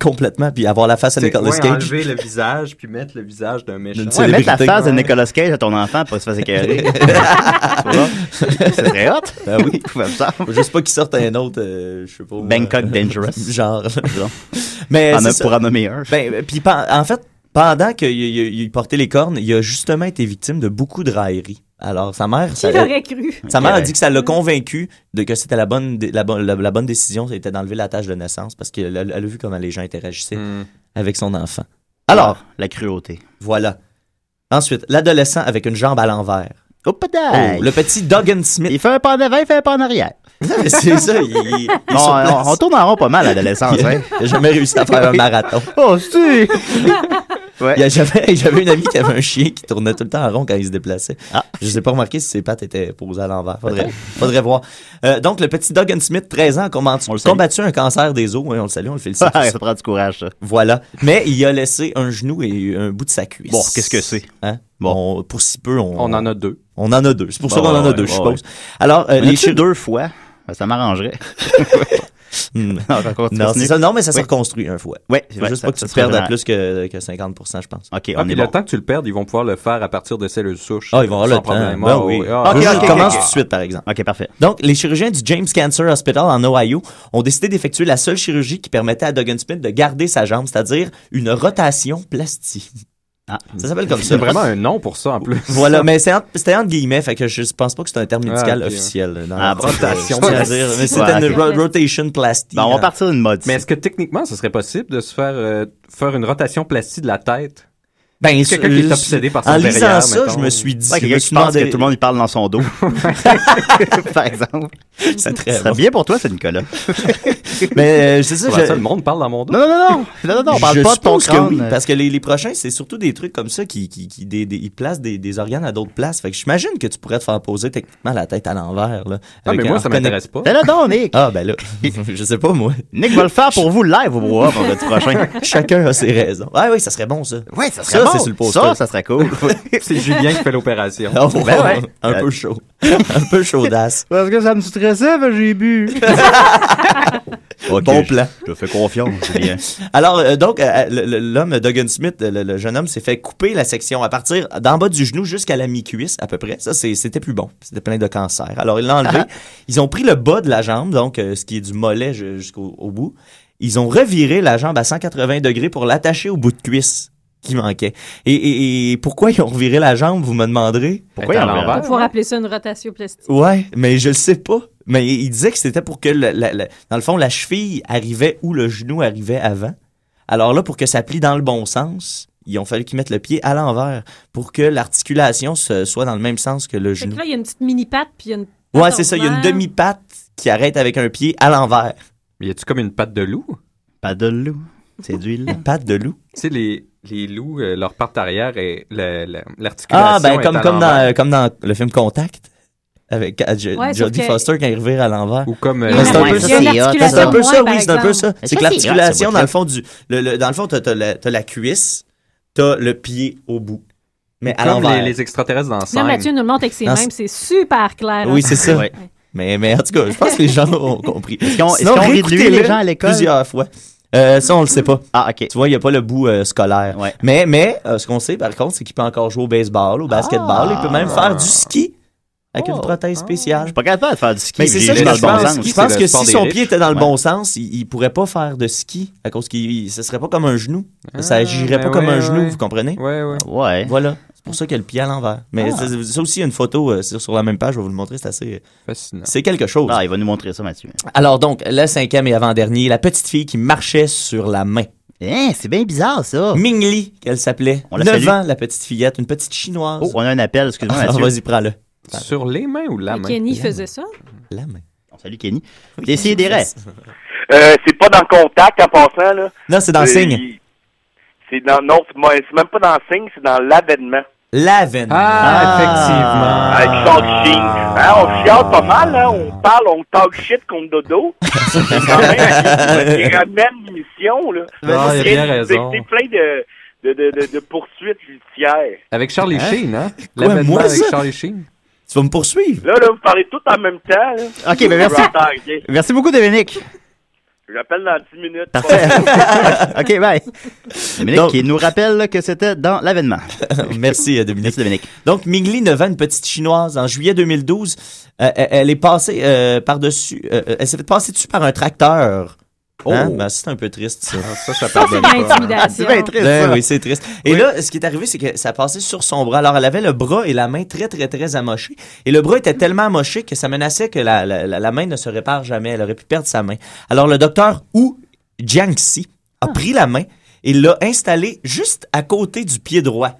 Speaker 9: complètement, puis avoir la face à
Speaker 3: C'est-
Speaker 9: Nicolas
Speaker 3: ouais,
Speaker 9: Cage.
Speaker 3: enlever le visage, puis mettre le visage d'un méchant.
Speaker 9: D'une
Speaker 5: Ouais, mettre la face de Nicolas Cage à ton enfant pour se faire écœurer. C'est très hot.
Speaker 9: Ben oui. Faut Juste pas qu'ils sortent un autre, euh, je sais pas. euh,
Speaker 5: Bangkok Dangerous.
Speaker 9: Genre.
Speaker 5: Genre.
Speaker 9: Mais
Speaker 5: Ben. En
Speaker 9: Eh, c'est
Speaker 5: a-
Speaker 9: ça.
Speaker 5: pour en nommer un.
Speaker 9: Ben, euh, puis pen- en fait, pendant qu'il il- il- il portait les cornes, il a justement été victime de beaucoup de railleries. Alors, sa mère.
Speaker 7: Qui
Speaker 9: ça-
Speaker 7: l'aurait cru?
Speaker 9: Sa mère a
Speaker 7: Ouais.
Speaker 9: dit que ça l'a convaincu de que c'était la bonne, dé- la, bonne- la- la bonne décision, c'était d'enlever la tâche de naissance parce qu'elle elle a vu comment les gens interagissaient avec son enfant. Alors,
Speaker 5: la cruauté.
Speaker 9: Voilà. Ensuite, l'adolescent avec une jambe à l'envers.
Speaker 5: Oh,
Speaker 9: Oh, le petit Duggan Smith.
Speaker 5: Il fait un pas en avant, il fait un pas en arrière.
Speaker 9: c'est ça, il, il- il est
Speaker 5: Bon,
Speaker 9: sur place.
Speaker 5: on, on tourne en rond pas mal à l'adolescence. Hein?
Speaker 9: Il a jamais réussi à faire un marathon.
Speaker 5: Oh, si!
Speaker 9: Il y a- J'avais j'avais une amie qui avait un chien qui tournait tout le temps en rond quand il se déplaçait.
Speaker 5: Ah.
Speaker 9: Je ne sais pas remarqué si ses pattes étaient posées à l'envers. Faudrait, faudrait voir. Euh, donc, le petit Duggan Smith, 13 ans, a combattu, combattu un cancer des os. Oui, on le salue, on le félicite.
Speaker 5: Ouais, ça prend du courage, ça.
Speaker 9: Voilà. Mais il a laissé un genou et un bout de sa cuisse.
Speaker 5: Bon, qu'est-ce que c'est?
Speaker 9: Hein? Bon, pour si peu, on...
Speaker 5: On en
Speaker 3: a deux.
Speaker 9: On en a deux. C'est pour ça
Speaker 5: Bon,
Speaker 9: qu'on en a
Speaker 5: ouais,
Speaker 9: deux, je
Speaker 5: ouais,
Speaker 9: suppose.
Speaker 5: ouais.
Speaker 9: Alors, euh,
Speaker 5: On
Speaker 9: les
Speaker 5: a-tu
Speaker 9: chirurgiens...
Speaker 5: deux fois, Ben, ça m'arrangerait.
Speaker 9: Hmm.
Speaker 5: Non, encore,
Speaker 9: Non,
Speaker 5: continue.
Speaker 9: c'est ça. Non, mais ça se
Speaker 5: Oui.
Speaker 9: reconstruit un fois.
Speaker 5: Ouais,
Speaker 9: Faut
Speaker 5: ouais,
Speaker 9: juste
Speaker 5: ça-
Speaker 9: pas que
Speaker 5: ça
Speaker 9: tu
Speaker 5: se
Speaker 9: perdes à
Speaker 5: régénère.
Speaker 9: plus que, que 50%, je pense.
Speaker 5: OK,
Speaker 3: Ah, puis le temps que tu le perdes, ils vont pouvoir le faire à partir de cellules souches.
Speaker 9: Ah, ils vont avoir
Speaker 3: Sans
Speaker 9: le temps.
Speaker 3: problème.
Speaker 9: Ben
Speaker 3: Ah,
Speaker 9: oui.
Speaker 3: ah,
Speaker 9: Ok,
Speaker 3: ah,
Speaker 9: ok,
Speaker 3: ah,
Speaker 9: commence
Speaker 3: ah.
Speaker 9: tout de suite, par exemple.
Speaker 5: OK, parfait.
Speaker 9: Donc, les chirurgiens du James Cancer Hospital en Ohio ont décidé d'effectuer la seule chirurgie qui permettait à Duggan Smith de garder sa jambe, c'est-à-dire une rotation plastique. Ah, Ça s'appelle comme ça.
Speaker 3: C'est vraiment un nom pour ça en plus.
Speaker 9: Voilà, mais c'est en- c'était entre guillemets, fait que je pense pas que c'est un terme
Speaker 3: Ah,
Speaker 9: médical
Speaker 3: ok,
Speaker 9: officiel.
Speaker 3: ouais.
Speaker 9: là, Dans
Speaker 3: Ah,
Speaker 9: la-
Speaker 3: rotation
Speaker 9: je tiens à dire, mais c'était
Speaker 3: plastique.
Speaker 9: une
Speaker 3: Ouais,
Speaker 9: ro-
Speaker 3: ok.
Speaker 9: rotation plastique.
Speaker 3: Ben, on va
Speaker 9: hein.
Speaker 5: partir d'une mode.
Speaker 3: Mais est-ce que techniquement, ce serait possible de se faire, euh, faire une rotation plastique de la tête?
Speaker 9: Ben,
Speaker 3: Quelqu'un qui est
Speaker 9: je-
Speaker 3: obsédé par son
Speaker 9: en lisant
Speaker 3: derrière,
Speaker 9: ça,
Speaker 3: mettons.
Speaker 9: je me suis dit,
Speaker 5: Ouais,
Speaker 9: je
Speaker 5: quelqu'un
Speaker 9: me
Speaker 5: qui
Speaker 9: suis
Speaker 5: pense que
Speaker 9: demandé-
Speaker 5: tout le monde il parle dans son dos. Par exemple.
Speaker 9: C'est très
Speaker 5: Ça serait
Speaker 9: bon.
Speaker 5: bien pour toi, ça, Nicolas.
Speaker 9: Mais, euh, c'est ça,
Speaker 5: Comment
Speaker 9: je-
Speaker 5: le
Speaker 3: monde parle dans mon dos.
Speaker 5: Non, non, non, non. Non, non, on parle
Speaker 9: Je
Speaker 5: pas de ton
Speaker 9: suppose que
Speaker 5: crâne.
Speaker 9: oui, parce que les, les prochains, c'est surtout des trucs comme ça qui, qui, qui- des, des- ils placent des, des organes à d'autres places. Fait que j'imagine que tu pourrais te faire poser techniquement la tête à l'envers. Là,
Speaker 3: Ah, mais
Speaker 9: Avec
Speaker 3: moi,
Speaker 9: un-
Speaker 3: ça
Speaker 9: reconnect-
Speaker 3: m'intéresse pas.
Speaker 5: Fais-le donc, Nick.
Speaker 9: Ah, ben là, je sais pas, moi.
Speaker 5: Nick va le faire pour vous live au bois vendredi prochain.
Speaker 9: Chacun a ses raisons. Ah oui, ça serait bon, ça.
Speaker 5: Ouais, ça serait bon.
Speaker 9: c'est sur le poster.
Speaker 5: Ça, ça serait cool.
Speaker 3: C'est Julien qui fait l'opération.
Speaker 9: Ah, ouais,
Speaker 5: Ben ouais.
Speaker 9: Un peu chaud. un peu chaudasse.
Speaker 5: Parce que ça me stressait, ben j'ai bu.
Speaker 9: bon plan.
Speaker 5: Je te fais confiance, Julien.
Speaker 9: Alors, euh, donc, euh, le- le- l'homme Duggan Smith, euh, le, le jeune homme, s'est fait couper la section à partir d'en bas du genou jusqu'à la mi-cuisse, à peu près. Ça, c'est- c'était plus bon. C'était plein de cancer. Alors, ils l'ont enlevé. ils ont pris le bas de la jambe, donc euh, ce qui est du mollet ju- jusqu'au au bout. Ils ont reviré la jambe à 180 degrés pour l'attacher au bout de cuisse qui manquait. Et, et- et pourquoi ils ont reviré la jambe, vous me demanderez?
Speaker 5: Pourquoi ils ont reviré?
Speaker 7: On pourrait appeler ça une rotation plastique.
Speaker 9: Ouais, mais je le sais pas. Mais il disait que c'était pour que, le- la- la- dans le fond, la cheville arrivait où le genou arrivait avant. Alors là, pour que ça plie dans le bon sens, ils ont fallu qu'ils mettent le pied à l'envers pour que l'articulation se- soit dans le même sens que le
Speaker 7: Fait que
Speaker 9: genou.
Speaker 7: là, il y a une petite mini-patte, puis il y a une.
Speaker 9: Ouais, c'est ça. Il y a une
Speaker 7: normale.
Speaker 9: demi-patte qui arrête avec un pied à l'envers.
Speaker 3: Mais y a-tu comme une patte de loup?
Speaker 5: Patte de loup. C'est d'huile.
Speaker 9: Patte de loup.
Speaker 3: Tu sais, les, les loups, euh, leur patte arrière, est, la- la- l'articulation
Speaker 9: Ah, ben
Speaker 3: est
Speaker 9: comme,
Speaker 3: à
Speaker 9: comme, dans,
Speaker 3: l'envers.
Speaker 9: euh, comme dans le film Contact. avec euh, Jo-
Speaker 7: Ouais, sauf
Speaker 9: Jodie
Speaker 7: que-
Speaker 9: Foster quand il revire à l'envers.
Speaker 3: Ou comme.
Speaker 9: Mais c'est un peu ça, c'est un peu ça, oui, c'est un peu ça. C'est que
Speaker 7: Ça, c'est grave,
Speaker 9: l'articulation,
Speaker 7: ça,
Speaker 3: Ah.
Speaker 9: dans le fond, du, le, le- dans le fond, t'as, t'as la, t'as la cuisse, t'as le pied au bout. Mais à
Speaker 3: Comme les,
Speaker 9: l'envers.
Speaker 3: les extraterrestres dans
Speaker 7: Là,
Speaker 3: Sign.
Speaker 7: Mathieu nous le montre avec ses
Speaker 9: Non,
Speaker 7: mains,
Speaker 9: c'est-
Speaker 7: c'est super clair.
Speaker 9: Oui,
Speaker 7: hein.
Speaker 9: c'est ça.
Speaker 7: Ouais.
Speaker 9: Mais, mais en tout cas, je pense que les gens ont compris.
Speaker 5: Est-ce qu'on- est-ce qu'on rit de lui,
Speaker 9: réécoutez-le
Speaker 5: les gens, à l'école?
Speaker 9: Plusieurs fois. Euh, ça, on le sait pas. Ah, OK. Tu vois, il n'y a pas le bout euh, scolaire. Mais, mais euh, ce qu'on sait, par contre, c'est qu'il peut encore jouer au baseball,
Speaker 3: Ah.
Speaker 9: au basketball. Il peut même faire du ski avec
Speaker 3: Oh.
Speaker 9: une prothèse spéciale.
Speaker 3: Ah.
Speaker 5: Je suis pas capable de faire du ski.
Speaker 9: Mais c'est
Speaker 5: j'ai
Speaker 9: ça,
Speaker 5: les
Speaker 9: je
Speaker 5: dans
Speaker 9: pense,
Speaker 5: le bon sens.
Speaker 9: je pense que si son pied était dans le
Speaker 5: Ouais.
Speaker 9: bon sens, il, il pourrait pas faire de ski à cause qu'il il- ce serait pas comme un genou. ça
Speaker 3: Ah,
Speaker 9: agirait pas
Speaker 3: ben
Speaker 9: comme
Speaker 3: ouais,
Speaker 9: un genou,
Speaker 3: ouais.
Speaker 9: vous comprenez
Speaker 3: Ouais, ouais.
Speaker 5: Ouais.
Speaker 9: Voilà. C'est pour ça qu'il a le pied à l'envers. Mais
Speaker 5: Ah.
Speaker 9: ça, ça aussi, il y a une photo euh, sur, sur la même page, je vais vous le montrer, c'est assez
Speaker 3: fascinant.
Speaker 9: C'est quelque chose.
Speaker 5: Ah, il va nous montrer ça, Mathieu.
Speaker 9: Alors donc, le cinquième et avant-dernier, la petite fille qui marchait sur la main. Hein,
Speaker 5: c'est bien bizarre ça.
Speaker 9: Ming Li, qu'elle s'appelait.
Speaker 5: On la
Speaker 9: 9
Speaker 5: salue.
Speaker 9: ans, la petite fillette, une petite chinoise.
Speaker 5: Oh, on a un appel, excuse-moi,
Speaker 9: Ah,
Speaker 5: Mathieu.
Speaker 9: Vas-y, prends-le.
Speaker 3: Sur les mains ou la
Speaker 7: Et
Speaker 3: main
Speaker 7: Kenny faisait ça.
Speaker 9: La main.
Speaker 5: On salue Kenny. T'essayes des restes.
Speaker 8: Euh, c'est pas dans contact en passant, là.
Speaker 9: Non, c'est dans
Speaker 8: C'est-
Speaker 9: signe.
Speaker 8: C'est dans, non, c'est moi- c'est même pas dans le signe, c'est dans l'avènement.
Speaker 9: L'avènement.
Speaker 3: Ah,
Speaker 8: Avec son chien. Hein, on chiale pas mal, hein. On parle, on talk shit contre Dodo. C'est quand même, il ramène l'émission, là.
Speaker 3: Ah, il a bien
Speaker 8: C'est-
Speaker 3: raison.
Speaker 8: C'est plein de, de, de, de, de poursuites judiciaires.
Speaker 3: Avec Charlie
Speaker 9: Hein?
Speaker 3: Sheen, hein?
Speaker 9: Quoi,
Speaker 3: L'avènement
Speaker 9: moi,
Speaker 3: avec
Speaker 9: ça?
Speaker 3: Charlie Sheen.
Speaker 9: Tu vas me poursuivre.
Speaker 8: Là, là, vous parlez tout en même temps, là.
Speaker 5: Ok, ben merci.
Speaker 8: Right on, ok.
Speaker 5: Merci beaucoup, Dominique.
Speaker 8: J'appelle dans 10 minutes.
Speaker 5: ok, bye. Dominique
Speaker 9: Donc-
Speaker 5: qui nous rappelle là, que c'était dans l'avènement.
Speaker 9: Merci, euh, Dominique.
Speaker 5: Merci, Dominique.
Speaker 9: Donc, Mingli, 9 ans, une petite chinoise, en juillet 2012, euh, elle, elle est passée euh, par-dessus, euh, euh, elle s'est fait passer dessus par un tracteur. Hein?
Speaker 3: Oh.
Speaker 9: Ben, c'est un peu triste, ça.
Speaker 3: Ah, ça, ça
Speaker 7: Ça,
Speaker 3: pardonne
Speaker 7: c'est de
Speaker 3: pas.
Speaker 7: l'intimidation.
Speaker 5: bien triste.
Speaker 9: Ben
Speaker 5: ça.
Speaker 9: oui, c'est triste. Et là, ce qui est arrivé, c'est que ça passait sur son bras. Alors, elle avait le bras et la main très, très, très amochés. Et le bras était tellement amoché que ça menaçait que la, la, la- la main ne se répare jamais. Elle aurait pu perdre sa main. Alors, le docteur Wu Jiangxi a
Speaker 3: Ah.
Speaker 9: pris la main et l'a installée juste à côté du pied droit.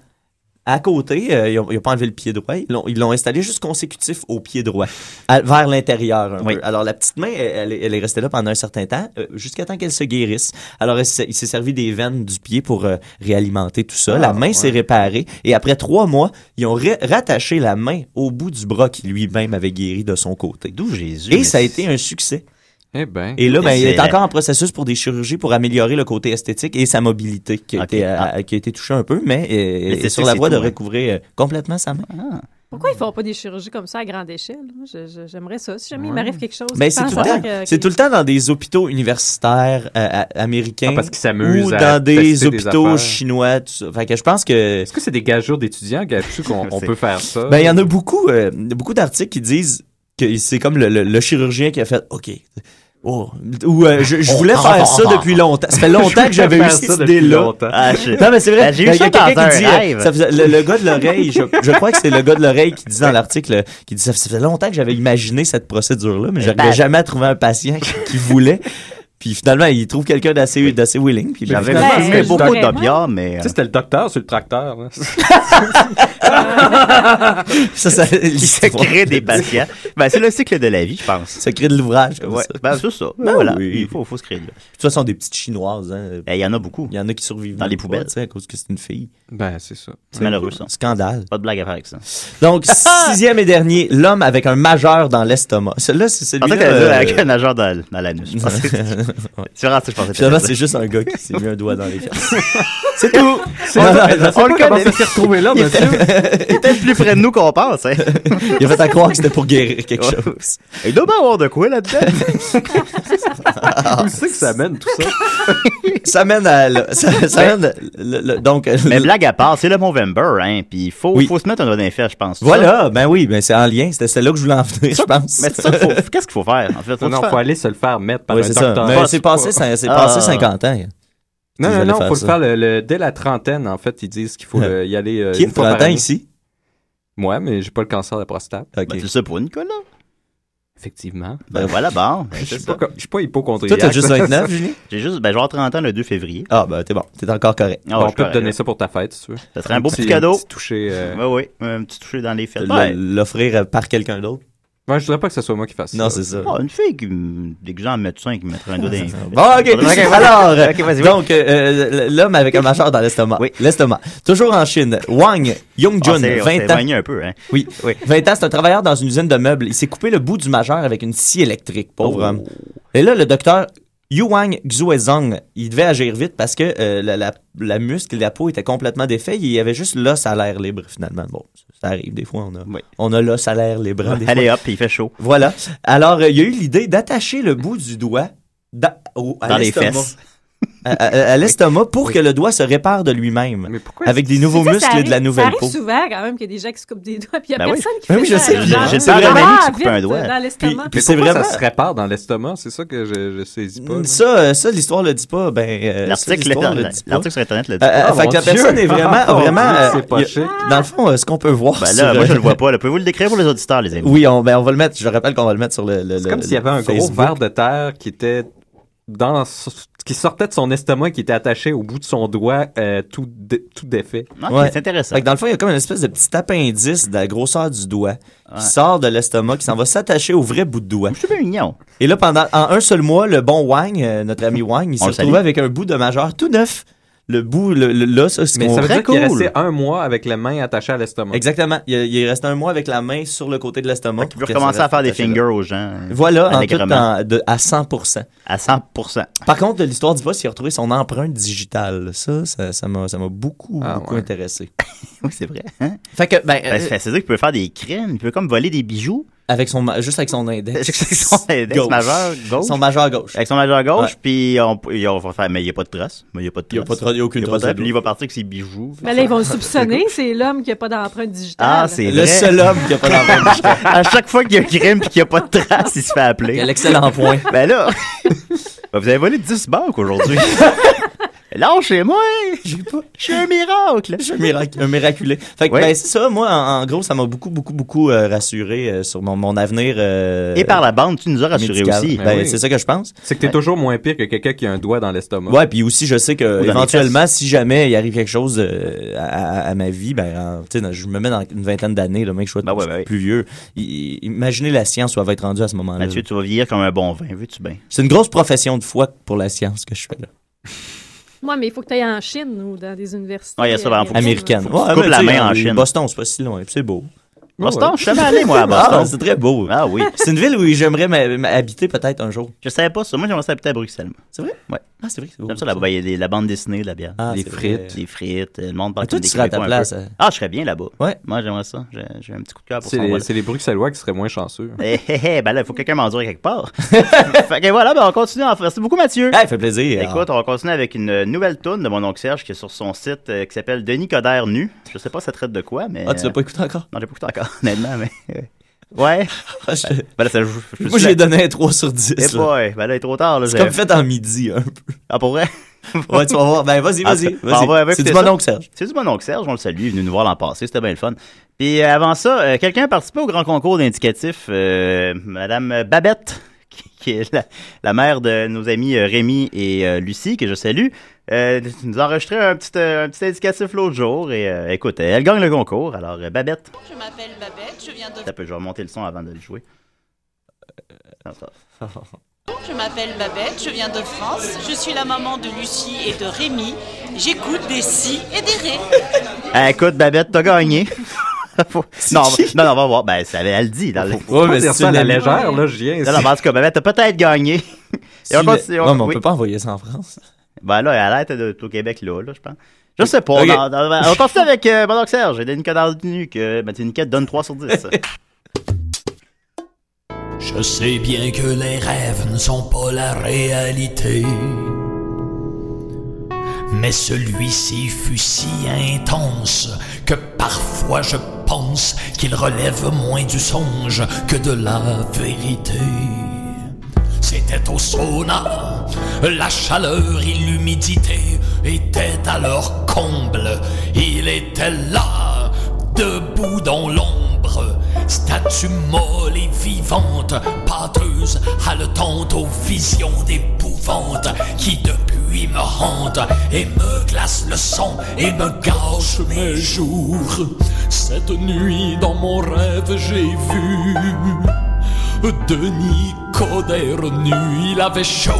Speaker 9: À côté, euh, ils n'ont pas enlevé le pied droit, ils l'ont- ils l'ont installé juste consécutif au pied droit, à- vers l'intérieur un
Speaker 5: Oui.
Speaker 9: peu. Alors la petite main, elle, elle est- elle est restée là pendant un certain temps, euh, jusqu'à temps qu'elle se guérisse. Alors elle s'est- il s'est servi des veines du pied pour euh, réalimenter tout ça. la main s'est réparée et après trois mois, ils ont ré- rattaché la main au bout du bras qui lui-même avait guéri de son côté.
Speaker 5: D'où Jésus.
Speaker 9: Et
Speaker 5: mais
Speaker 9: ça a
Speaker 5: c'est-
Speaker 9: été un succès.
Speaker 3: Eh ben.
Speaker 9: Et là, ben, il est
Speaker 5: C'est-
Speaker 9: encore en processus pour des chirurgies pour améliorer le côté esthétique et sa mobilité qui a,
Speaker 5: Ok. ah.
Speaker 9: été, euh, qui a été touchée un peu, mais, euh,
Speaker 5: Mais c'est
Speaker 9: est
Speaker 5: sûr
Speaker 9: sur
Speaker 5: que
Speaker 9: la
Speaker 5: c'est
Speaker 9: voie de
Speaker 5: tout, hein.
Speaker 9: recouvrir euh, complètement sa main.
Speaker 7: Pourquoi ils font pas des chirurgies comme ça à grande échelle? Moi, je- je- J'aimerais ça. Si jamais il m'arrive quelque chose,
Speaker 9: Mais Ben,
Speaker 7: je
Speaker 9: c'est
Speaker 7: pense
Speaker 9: tout, le
Speaker 7: à
Speaker 9: temps,
Speaker 7: que-
Speaker 9: c'est
Speaker 7: que-
Speaker 9: tout le temps dans des hôpitaux universitaires euh, à- américains
Speaker 3: Ah, parce qu'ils s'amusent
Speaker 9: ou
Speaker 3: à
Speaker 9: dans
Speaker 3: tester
Speaker 9: des
Speaker 3: des
Speaker 9: hôpitaux
Speaker 3: affaires.
Speaker 9: chinois. Tout ça. Fait que je pense que
Speaker 3: Est-ce que c'est des gageures d'étudiants, Gapsu, qu'on on
Speaker 5: C'est-
Speaker 3: peut faire ça?
Speaker 9: Ben, il y en a beaucoup, euh, beaucoup d'articles qui disent que c'est comme le, le- le chirurgien qui a fait OK. oh, ou euh, je, je
Speaker 5: oh,
Speaker 9: voulais faire ça depuis longtemps. Ça fait longtemps que j'avais eu
Speaker 3: faire
Speaker 9: cette
Speaker 3: ça depuis
Speaker 9: idée-là.
Speaker 3: longtemps.
Speaker 5: Ah, je-
Speaker 9: Non, mais c'est vrai.
Speaker 5: Ben, j'ai eu
Speaker 9: Il y a
Speaker 5: ça
Speaker 9: quelqu'un
Speaker 5: dans
Speaker 9: qui
Speaker 5: un
Speaker 9: dit, euh,
Speaker 5: rêve.
Speaker 9: ça faisait- le, le gars de l'oreille, je, je crois que c'est le gars de l'oreille qui dit dans l'article, euh, qui dit ça faisait longtemps que j'avais imaginé cette procédure-là, mais j'arrivais
Speaker 5: ben-
Speaker 9: jamais à trouver un patient qui, qui voulait. Puis finalement, il trouve quelqu'un d'assez, d'assez willing. Puis
Speaker 5: J'avais
Speaker 9: finalement,
Speaker 7: Ben,
Speaker 5: fumé
Speaker 7: je
Speaker 5: beaucoup
Speaker 7: voudrais-
Speaker 5: d'opium, mais. euh,
Speaker 3: Tu sais, c'était le docteur sur le tracteur. là.
Speaker 9: ça, ça,
Speaker 5: Ça
Speaker 9: l'histoire.
Speaker 5: crée des patients. Ben, c'est le cycle de la vie, je pense.
Speaker 9: Ça crée de l'ouvrage. comme
Speaker 5: Ouais,
Speaker 9: ça.
Speaker 5: ben, c'est ça. Ben,
Speaker 9: Ben
Speaker 5: voilà.
Speaker 9: oui.
Speaker 5: Il faut, faut se créer. là.
Speaker 9: De toute façon, des petites chinoises. hein.
Speaker 5: Ben, Il y en a beaucoup.
Speaker 9: Il y en a qui survivent
Speaker 5: Dans les
Speaker 9: même pas,
Speaker 5: poubelles.
Speaker 9: tu sais, à cause que c'est une fille.
Speaker 3: Ben, c'est ça.
Speaker 5: C'est malheureux, ça.
Speaker 9: Scandale.
Speaker 5: Pas de blague à faire avec ça.
Speaker 9: Donc, sixième et dernier, l'homme avec un majeur dans l'estomac. Celui-là, c'est
Speaker 5: En
Speaker 9: celui-là.
Speaker 5: fait, elle
Speaker 9: euh,
Speaker 5: avec un nageur dans, dans l'anus. Je pensais- C'est vraiment ça que je pensais.
Speaker 9: Finalement, c'est juste un gars qui s'est mis un doigt dans les fesses.
Speaker 5: c'est tout.
Speaker 3: C'est on
Speaker 5: le
Speaker 3: le comment
Speaker 5: connaît.
Speaker 3: ça s'est retrouvé là,
Speaker 5: Il
Speaker 3: monsieur.
Speaker 5: Il était plus près de nous qu'on pense. Hein.
Speaker 9: Il a fait à croire que c'était pour guérir quelque
Speaker 5: Ouais.
Speaker 9: chose.
Speaker 5: Il doit bien avoir de quoi là-dedans.
Speaker 3: Où c'est que ça mène tout ça?
Speaker 9: Ça mène à... le- ça, ça mène... le- le- donc...
Speaker 5: Mais
Speaker 9: le-
Speaker 5: blague à part, c'est le Movember, hein. Puis il faut,
Speaker 9: Oui.
Speaker 5: faut se mettre un doigt dans les fesses, je pense.
Speaker 9: Voilà, ben oui, ben c'est en lien. C'était celle-là que je voulais en venir, je pense.
Speaker 5: Ça- Mais c'est ça qu'il faut- qu'est-ce qu'il faut faire, en fait? Faut
Speaker 3: Non, non,
Speaker 5: se
Speaker 3: faut
Speaker 5: faire-
Speaker 3: aller se le faire mettre par
Speaker 9: Oui,
Speaker 3: un
Speaker 9: c'est ça.
Speaker 3: docteur.
Speaker 9: Mais c'est passé, cin- c'est passé
Speaker 5: Ah.
Speaker 9: 50 ans.
Speaker 3: Non,
Speaker 9: Ils
Speaker 3: non,
Speaker 9: allaient
Speaker 3: non,
Speaker 9: faire
Speaker 3: faut le
Speaker 9: ça.
Speaker 3: faire le- le- dès la trentaine, en fait. Ils disent qu'il faut le- y aller. euh,
Speaker 9: Qui est
Speaker 3: une fois par
Speaker 9: 30 ans
Speaker 3: année.
Speaker 9: ici?
Speaker 3: Moi, mais j'ai pas le cancer de la prostate.
Speaker 9: OK.
Speaker 5: Ben, tu le sais pour Nicolas.
Speaker 3: Effectivement.
Speaker 5: Ben voilà, bon.
Speaker 3: Je
Speaker 5: Ben, c'est
Speaker 3: suis
Speaker 5: ça.
Speaker 3: pas, co- je suis pas hypochondriac.
Speaker 9: Toi, t'as juste 29, Julie?
Speaker 5: J'ai juste, ben, je vais avoir 30 ans le 2 février.
Speaker 9: Ah, ben t'es bon. T'es encore correct.
Speaker 3: Bon,
Speaker 5: Ah, je
Speaker 3: on peut
Speaker 5: suis
Speaker 3: te
Speaker 5: correct.
Speaker 3: donner ça pour ta fête, si tu veux.
Speaker 5: Ça serait un beau petit cadeau.
Speaker 3: Touché.
Speaker 5: Oui, oui. Un petit toucher dans les fesses.
Speaker 9: Le-
Speaker 5: Ben,
Speaker 9: L'offrir euh, par quelqu'un d'autre.
Speaker 3: Ouais, je voudrais pas que ce soit moi qui fasse
Speaker 9: Non, c'est ça.
Speaker 5: Ah, une fille qui, m- déguisée en médecin qui mettrait un doigt dans les-
Speaker 9: Bon, ok.
Speaker 5: Faudrait qu'elle-
Speaker 9: Alors, euh,
Speaker 5: Ok, vas-y, oui.
Speaker 9: donc, euh, euh, l'homme avec un mâcheur dans l'estomac. L'estomac. Toujours en Chine. Wang Yongjun,
Speaker 5: On s'est- on
Speaker 9: 20
Speaker 5: s'est
Speaker 9: ans.
Speaker 5: éloigné un peu, hein.
Speaker 9: Oui. 20 ans, c'est un travailleur dans une usine de meubles. Il s'est coupé le bout du majeur avec une scie électrique, pauvre homme.
Speaker 5: Oh.
Speaker 9: Et là, le docteur Yuang Xuezong, il devait agir vite parce que euh, la, la, la muscle, la peau était complètement défaite. Il y avait juste l'os à l'air libre, finalement. Bon, ça arrive des fois, on a, on a l'os à l'air libre. hein, des
Speaker 5: Allez
Speaker 9: fois.
Speaker 5: hop, il fait chaud.
Speaker 9: Voilà. Alors, euh, il y a eu l'idée d'attacher le bout du doigt dans, au- à
Speaker 5: Dans les
Speaker 9: l'estomac.
Speaker 5: fesses.
Speaker 9: À, à- à l'estomac pour que le doigt se répare de lui-même. Avec des nouveaux
Speaker 7: Ça, ça
Speaker 9: muscles et de la
Speaker 7: arrive-
Speaker 9: nouvelle
Speaker 7: ça
Speaker 9: peau.
Speaker 7: arrive souvent quand même qu'il y a des gens qui se coupent des doigts, puis il n'y a
Speaker 9: Ben oui.
Speaker 7: personne qui
Speaker 9: Ben
Speaker 7: fait
Speaker 9: oui, je
Speaker 7: ça.
Speaker 9: sais,
Speaker 7: genre.
Speaker 9: j'ai- j'ai une sœur
Speaker 7: Ah,
Speaker 9: amie qui se coupe
Speaker 7: vite,
Speaker 9: un doigt.
Speaker 7: Dans
Speaker 3: Puis,
Speaker 7: l'estomac.
Speaker 3: puis
Speaker 9: c'est
Speaker 3: pourquoi
Speaker 9: vraiment-
Speaker 3: ça se répare dans l'estomac, c'est ça que je, je saisis pas. là.
Speaker 9: Ça, euh, ça l'histoire le dit pas. Ben, euh,
Speaker 5: L'article-
Speaker 9: ça, l'histoire le
Speaker 5: l'art-
Speaker 9: dit pas.
Speaker 5: l'article sur Internet le dit
Speaker 9: Euh,
Speaker 5: pas.
Speaker 3: Ah,
Speaker 9: euh,
Speaker 5: Oh,
Speaker 9: fait
Speaker 5: mon
Speaker 9: que la
Speaker 5: Dieu.
Speaker 9: personne est vraiment,
Speaker 5: Oh, mon
Speaker 9: vraiment.
Speaker 5: Dieu,
Speaker 9: euh,
Speaker 5: c'est pas
Speaker 9: y a-
Speaker 5: chic.
Speaker 9: Dans le fond, euh, ce qu'on peut voir.
Speaker 5: Ben
Speaker 9: sur,
Speaker 5: là, moi,
Speaker 9: euh,
Speaker 5: je le vois pas. là. Pouvez-vous le décrire pour les auditeurs, les amis?
Speaker 9: Oui, on, ben, on va le mettre. Je rappelle qu'on va le mettre sur le.
Speaker 3: C'est comme s'il y avait un gros verre de terre qui était dans qui sortait de son estomac qui était attaché au bout de son doigt euh, tout dé- tout défait.
Speaker 9: Fait que dans le fond, il y a comme une espèce de petit appendice de la grosseur du doigt qui sort de l'estomac, qui s'en va s'attacher au vrai bout de doigt.
Speaker 5: Je suis bien mignon.
Speaker 9: Et là, pendant en un seul mois, le bon Wang, euh, notre ami Wang, il
Speaker 5: On
Speaker 9: s'est
Speaker 5: le salue.
Speaker 9: retrouvé avec un bout de majeur tout neuf. Le bout, le, le- là, ça, c'est
Speaker 3: Mais
Speaker 9: qu'on-
Speaker 3: ça veut
Speaker 9: très
Speaker 3: dire qu'il est
Speaker 9: cool.
Speaker 3: resté un mois avec les mains attachées à l'estomac.
Speaker 9: Exactement. Il, il est resté un mois avec la main sur le côté de l'estomac.
Speaker 5: Il peut recommencer à faire des fingers aux gens.
Speaker 9: Voilà, en tout,
Speaker 5: Allègrement.
Speaker 9: en- de- à 100%.
Speaker 5: À 100
Speaker 9: Par contre, de l'histoire du boss, il a retrouvé son empreinte digitale. Ça, ça ça m'a ça m'a beaucoup,
Speaker 3: Ah,
Speaker 9: beaucoup intéressé.
Speaker 5: Oui, c'est vrai.
Speaker 9: Fait que, ben,
Speaker 5: Ben, c'est- C'est-à-dire qu'il peut faire des crimes, il peut comme voler des bijoux.
Speaker 9: Avec son, ma- juste avec son index.
Speaker 5: Avec son index
Speaker 9: Gauche.
Speaker 5: majeur gauche.
Speaker 9: Son majeur gauche.
Speaker 5: Avec son majeur gauche,
Speaker 9: Ouais.
Speaker 5: puis on, puis on va faire, mais il n'y a pas de trace. Mais il n'y a pas de
Speaker 9: Il
Speaker 5: trace.
Speaker 9: y a pas de trace, il y a aucune
Speaker 5: Il y
Speaker 9: trace de
Speaker 5: Puis
Speaker 9: doigt.
Speaker 5: il va partir avec ses bijoux.
Speaker 7: Mais Ben là, ils vont le soupçonner, c'est l'homme qui n'a pas d'empreinte digitale.
Speaker 5: Ah, c'est
Speaker 9: Le seul homme qui a pas d'empreinte digitale.
Speaker 5: À chaque fois qu'il y a un crime puis qu'il n'y a pas de trace, il se fait appeler.
Speaker 9: Quel excellent point.
Speaker 5: Ben là, ben vous avez volé 10 banques aujourd'hui. Lâchez-moi! Je suis un miracle!
Speaker 9: Je suis un, mirac- un miraculé. Fait que,
Speaker 5: Ouais.
Speaker 9: ben, c'est ça, moi, en, en gros, ça m'a beaucoup, beaucoup, beaucoup euh, rassuré euh, sur mon, mon avenir. euh,
Speaker 5: Et par la bande, tu nous as rassurés
Speaker 9: médical.
Speaker 5: aussi.
Speaker 9: Ben,
Speaker 5: Ben oui.
Speaker 9: C'est ça que je pense.
Speaker 3: C'est que t'es toujours moins pire que quelqu'un qui a un doigt dans l'estomac.
Speaker 9: Ouais, puis aussi, je sais
Speaker 3: Ou dans
Speaker 9: que
Speaker 3: les
Speaker 9: Ben, éventuellement, si jamais il arrive quelque chose euh, à, à- à ma vie, ben, en- tu sais, je me mets dans une vingtaine d'années, là, même que je sois
Speaker 5: Ben
Speaker 9: plus vieux. I- imaginez la science où elle va être rendue à ce moment-là.
Speaker 5: Mathieu, tu vas vieillir comme un bon vin, veux-tu bien?
Speaker 9: C'est une grosse profession de foi pour la science que je fais là.
Speaker 7: Moi, mais il faut que tu ailles en Chine ou dans des universités.
Speaker 5: Ouais, il y a ça, par exemple, faut que tu-
Speaker 9: Américaine.
Speaker 5: faut que tu coupes
Speaker 9: mais
Speaker 5: la
Speaker 9: tu sais,
Speaker 5: main en Chine.
Speaker 9: Boston, c'est pas si loin, puis c'est beau.
Speaker 5: Boston, je suis jamais allé, moi, à Boston.
Speaker 9: Ah, c'est très beau.
Speaker 5: Ah oui.
Speaker 9: C'est une ville où j'aimerais m'a- m'a- habiter peut-être un jour.
Speaker 5: Je savais pas ça. Moi, j'aimerais ça habiter à Bruxelles. moi.
Speaker 9: C'est vrai?
Speaker 5: Ouais.
Speaker 9: Ah, c'est vrai que c'est beau.
Speaker 5: J'aime ça, là-bas. Ben, Il y a des- la bande dessinée, de la bière.
Speaker 9: Ah,
Speaker 5: les
Speaker 9: c'est
Speaker 5: frites.
Speaker 9: vrai.
Speaker 5: Les frites. euh, Le monde parle
Speaker 9: Mais toi, tu
Speaker 5: comme des
Speaker 9: serais à ta
Speaker 5: Québécois un
Speaker 9: place,
Speaker 5: peu.
Speaker 9: euh.
Speaker 5: Ah, je serais bien là-bas.
Speaker 9: Ouais.
Speaker 5: Moi, j'aimerais ça. J'ai j'ai un petit coup de cœur pour
Speaker 3: C'est
Speaker 5: ça.
Speaker 3: les, c'est les Bruxellois qui seraient moins chanceux.
Speaker 5: Eh, eh, eh, ben là, il faut que quelqu'un m'endure quelque part. fait que voilà, ben on continue. en- Merci beaucoup, Mathieu.
Speaker 9: Ah, ça fait plaisir.
Speaker 5: Écoute, on va continuer avec une nouvelle toune de mon oncle Serge qui est sur son site euh, qui s'appelle Denis Coderre nu. Je sais pas ça traite de quoi, mais.
Speaker 9: Ah, tu l'as pas écouté encore?
Speaker 5: Non, j'ai pas écouté encore, honnêtement, mais. Ouais.
Speaker 9: Ah, je-
Speaker 5: Ben là, ça joue. je
Speaker 9: Moi, j'ai
Speaker 5: suis là-
Speaker 9: donné un 3 sur 10.
Speaker 5: Eh
Speaker 9: là.
Speaker 5: boy, ben là, il est trop tard. là,
Speaker 9: C'est
Speaker 5: j'ai-
Speaker 9: comme fait en midi, un peu.
Speaker 5: Ah, pour vrai?
Speaker 9: Ouais, tu vas voir. Ben, vas-y,
Speaker 5: Ah,
Speaker 9: vas-y.
Speaker 5: ça- on va
Speaker 9: vas
Speaker 5: avec
Speaker 9: c'est du
Speaker 5: ça.
Speaker 9: bon oncle Serge.
Speaker 5: C'est du bon oncle Serge, on le salue, il est venu nous voir l'an passé, c'était bien le fun. Puis euh, avant ça, euh, quelqu'un a participé au grand concours d'indicatif, euh, Madame Babette, qui, qui est la, la mère de nos amis euh, Rémi et euh, Lucie, que je salue, euh, nous a enregistré un petit, euh, un petit indicatif l'autre jour. Et euh, écoute, elle gagne le concours, alors euh, Babette,
Speaker 10: Je m'appelle Babette, je viens de...
Speaker 5: ça peut, je vais remonter le son avant de le jouer. Euh, attends.
Speaker 10: Je m'appelle Babette, je viens de France. Je suis la maman de Lucie et de Rémi. J'écoute des si et des ré.
Speaker 5: Eh, écoute, Babette, t'as gagné. Faut- non, non, non, on va voir. Ben, ça, elle le dit. Dans le...
Speaker 3: faut pas dire ça à la légère, là, je viens ici.
Speaker 5: Non, non, ben, en tout cas, Babette, t'as peut-être gagné. Et
Speaker 9: Si le-
Speaker 5: continue,
Speaker 9: Ouais, mais on
Speaker 5: oui.
Speaker 9: peut pas envoyer ça en France.
Speaker 5: Ben là, elle a l'air d'être de- au Québec, là, là, je pense. Je sais pas.
Speaker 9: Ok.
Speaker 5: non, non, ben, on continue avec euh, Bon Doc Serge et Denis Codard nu que Mathieu Niquette donne 3 sur 10.
Speaker 11: Je sais bien que les rêves ne sont pas la réalité. Mais celui-ci fut si intense que parfois je pense qu'il relève moins du songe que de la vérité. C'était au sauna, la chaleur et l'humidité étaient à leur comble. Il était là, debout dans l'ombre, statue molle et vivante, pâteuse, haletante aux visions d'épouvante qui depuis me hante et me glace le sang et me gâche mes jours.
Speaker 12: Cette nuit dans mon rêve j'ai vu
Speaker 9: Denis Coderre nu, il avait chaud.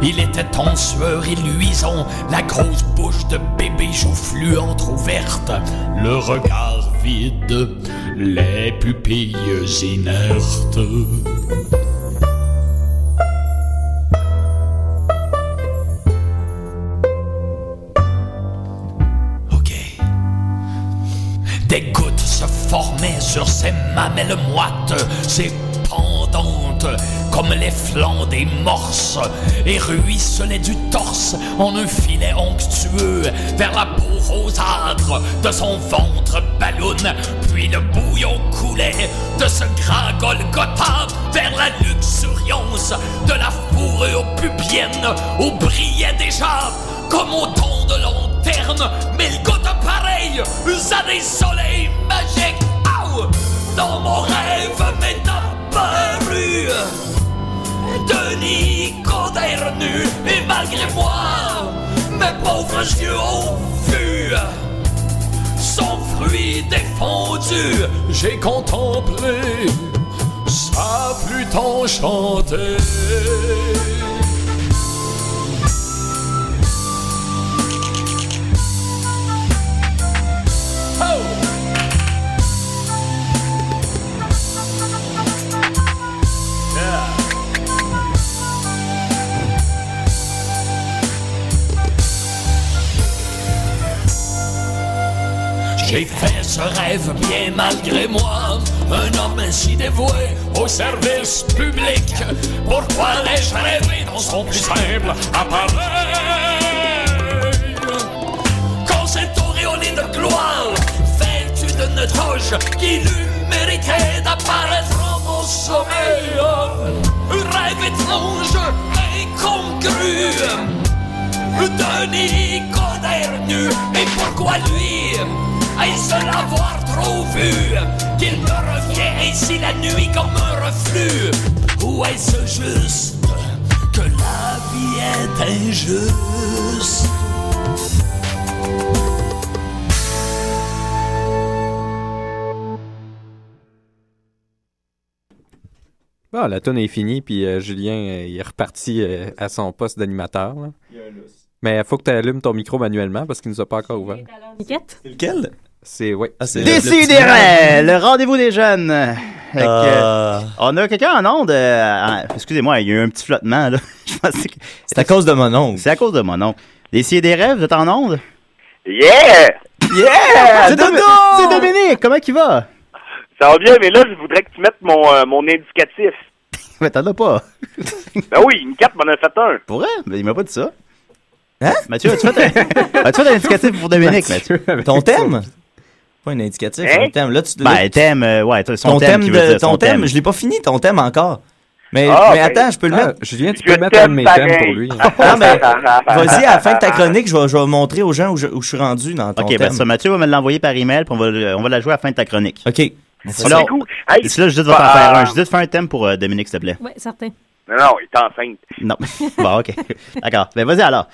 Speaker 9: Il était en sueur et luisant, la grosse bouche de bébé joufflu entr'ouverte, le regard vide, les pupilles inertes. Des gouttes se formaient sur ses mamelles moites, ses pendantes, comme les flancs des morses, et ruisselaient du torse en un filet onctueux vers la peau rosâtre de son ventre ballon. Puis le bouillon coulait de ce gras Golgotha vers la luxuriance de la fourrure pupienne où brillait déjà comme au temps de lanterne, mais le goutte pareil, ça des soleils magiques. Au! Dans mon rêve m'est apparu Denis Coderre nu, et malgré moi, mes pauvres yeux ont vu son fruit défendu. J'ai contemplé sa flûte enchantée. J'ai fait ce rêve bien malgré moi. Un homme ainsi dévoué au service public. Pourquoi l'ai-je rêvé dans son plus simple appareil Quand cette auréolée de gloire, vêtue de notre roche, qui lui méritait d'apparaître en mon sommeil. Un rêve étrange, incongru. Denis Coderre nu, et pourquoi lui et se l'avoir trop vu Qu'il me revient ici la nuit comme un reflux Ou est-ce juste que la vie est injuste
Speaker 3: Bon, Ah, la tonne est finie, puis euh, Julien euh, il est reparti euh, à son poste d'animateur. là. Mais il faut que tu allumes ton micro manuellement parce qu'il nous a pas encore ouvert.
Speaker 7: Niquette?
Speaker 13: Lequel?
Speaker 3: C'est, ouais.
Speaker 13: c'est
Speaker 5: Décidérez! Le rendez-vous des jeunes! Fait que, euh, on a quelqu'un en onde. euh, en- Excusez-moi, il y a eu un petit flottement, là. C'est à cause de mon oncle. C'est à cause de mon oncle. Décidérez, vous êtes en onde?
Speaker 8: Yeah!
Speaker 5: Yeah! C'est
Speaker 8: Dodo!
Speaker 5: Domi- c'est Dominique! Comment il va?
Speaker 8: Ça va bien, mais là, je voudrais que tu mettes mon, euh, mon indicatif.
Speaker 5: Mais t'en as pas.
Speaker 8: Ben oui, une carte m'en a fait un.
Speaker 5: Pour vrai? Mais il m'a pas dit ça. Hein? Mathieu, as-tu fait un, as-tu fait un indicatif pour Dominique, Mathieu?
Speaker 13: Ton thème? Pas un indicatif,
Speaker 5: Hein?
Speaker 13: ton thème. Là, tu,
Speaker 5: Ben,
Speaker 13: là, tu-
Speaker 5: thème, euh, ouais, son
Speaker 13: ton
Speaker 5: thème
Speaker 13: thème,
Speaker 5: qui
Speaker 13: de-
Speaker 5: veut dire
Speaker 13: ton
Speaker 5: son
Speaker 13: thème,
Speaker 5: thème.
Speaker 13: je l'ai pas fini, ton thème encore. Mais,
Speaker 5: Ah,
Speaker 8: ben,
Speaker 13: mais
Speaker 5: ok.
Speaker 13: attends, je peux le
Speaker 5: Ah,
Speaker 13: mettre.
Speaker 3: Julien, tu
Speaker 13: peux le
Speaker 3: mettre un de mes thèmes pour lui.
Speaker 9: Ah.
Speaker 8: Ah,
Speaker 13: non, mais vas-y, à la fin de ta chronique, je vais, je vais montrer aux gens où je, où je suis rendu dans ton
Speaker 5: Ok,
Speaker 13: thème.
Speaker 5: ben ça, Mathieu va me l'envoyer par email, puis on va, le- on va la jouer à la fin de ta chronique.
Speaker 13: Ok.
Speaker 8: C'est cool. Hey,
Speaker 5: D'ici là, je vais t'en
Speaker 8: bah,
Speaker 5: faire
Speaker 8: euh,
Speaker 5: un. Je vais te faire un thème pour euh, Dominique, s'il te plaît.
Speaker 7: Oui, certain.
Speaker 8: Non, non, il est enceinte.
Speaker 5: Non. bon, ok. D'accord. Ben, vas-y alors.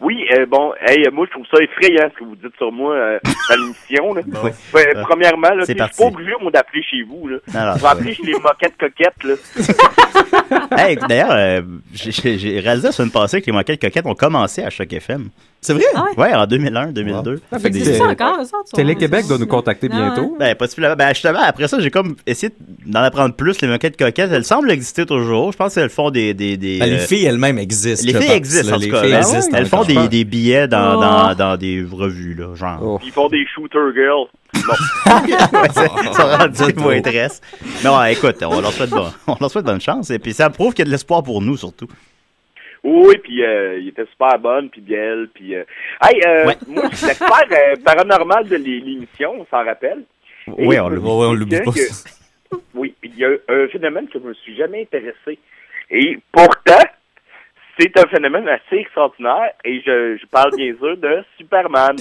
Speaker 8: Oui, euh, bon, hey, euh, moi, je trouve ça effrayant, ce que vous dites sur moi euh, dans l'émission. là.
Speaker 5: Oui.
Speaker 8: Ouais,
Speaker 5: Euh,
Speaker 8: premièrement, là,
Speaker 5: c'est
Speaker 8: tu sais, je
Speaker 5: parti.
Speaker 8: suis pas obligé, moi, d'appeler chez vous. Là.
Speaker 5: Non, non,
Speaker 8: je vais appeler
Speaker 5: ouais.
Speaker 8: chez les moquettes coquettes. Là.
Speaker 5: Hey, d'ailleurs, euh, j'ai- j'ai j'ai réalisé la semaine passée que les moquettes coquettes ont commencé à Choc FM.
Speaker 13: C'est vrai? Ah,
Speaker 7: Ah
Speaker 5: ouais? en 2001, 2002.
Speaker 7: Ça fait que Existe des- ça encore, ça, tu
Speaker 3: Télé-Québec doit nous contacter
Speaker 7: Ah, bientôt.
Speaker 5: Ben, possiblement. Ben, justement, après ça, j'ai comme essayé d'en apprendre plus, les moquettes coquettes. Elles semblent exister toujours. Je pense qu'elles font des. des, des
Speaker 13: Ben, les
Speaker 5: euh,
Speaker 13: filles elles-mêmes existent.
Speaker 5: Les
Speaker 13: je
Speaker 5: filles
Speaker 13: pense,
Speaker 5: existent,
Speaker 13: là,
Speaker 5: en
Speaker 13: les
Speaker 5: tout cas.
Speaker 13: filles
Speaker 5: Ben,
Speaker 13: existent
Speaker 5: elles font
Speaker 13: encore.
Speaker 5: des, des billets dans,
Speaker 8: Oh.
Speaker 5: dans, dans des revues, là, genre.
Speaker 8: Ils font des shooter girls. Bon.
Speaker 5: ça rend du moins intéresse. Non, ouais, écoute, on leur, souhaite bon- on leur souhaite bonne chance. Et puis, ça prouve qu'il y a de l'espoir pour nous, surtout.
Speaker 8: Oui, puis euh, il était super bonne, puis Biel, puis... euh, Hey, euh, moi, je suis l'expert euh, paranormal de l'é- l'émission, on s'en rappelle.
Speaker 5: Oui, on l'oublie.
Speaker 13: Ouais, ouais, on l'oublie
Speaker 8: Que-
Speaker 13: pas.
Speaker 8: que- oui, il y a un phénomène que je me suis jamais intéressé. Et pourtant, c'est un phénomène assez extraordinaire, et je, je parle bien sûr de Superman.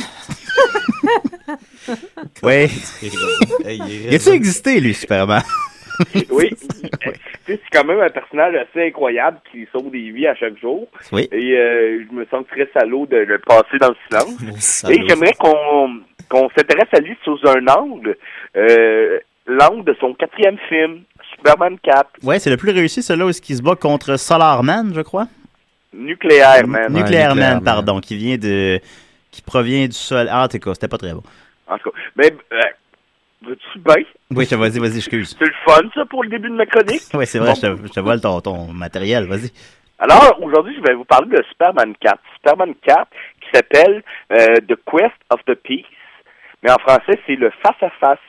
Speaker 5: Oui.
Speaker 13: Il
Speaker 5: a-tu existé, lui, Superman?
Speaker 8: Oui, il- euh, tu sais, c'est quand même un personnage assez incroyable qui sauve des vies à chaque jour.
Speaker 5: Oui.
Speaker 8: Et euh, je me sens très salaud de le passer dans le silence. Et
Speaker 13: salaud.
Speaker 8: j'aimerais qu'on qu'on s'intéresse à lui sous un angle, euh, l'angle de son quatrième film,
Speaker 9: Superman 4.
Speaker 5: Ouais, c'est le plus réussi, celui-là, où est-ce qu'il se bat contre Solar Man, je crois.
Speaker 9: Nucléaire Man.
Speaker 5: Nuclear, Man, pardon, qui vient de. qui provient du sol. Ah, t'es quoi, c'était pas très bon.
Speaker 9: En tout cas,
Speaker 8: ben,
Speaker 9: mais euh, veux-tu bien?
Speaker 5: Oui, je- vas-y, vas-y, excuse.
Speaker 9: C'est le fun, ça, pour le début de ma chronique.
Speaker 5: Oui, c'est vrai, je te, je te vole ton, ton matériel, vas-y.
Speaker 9: Alors, aujourd'hui, je vais vous parler de Superman 4. Superman 4, qui s'appelle euh, The Quest of the Peace. Mais en français, c'est le face-à-face.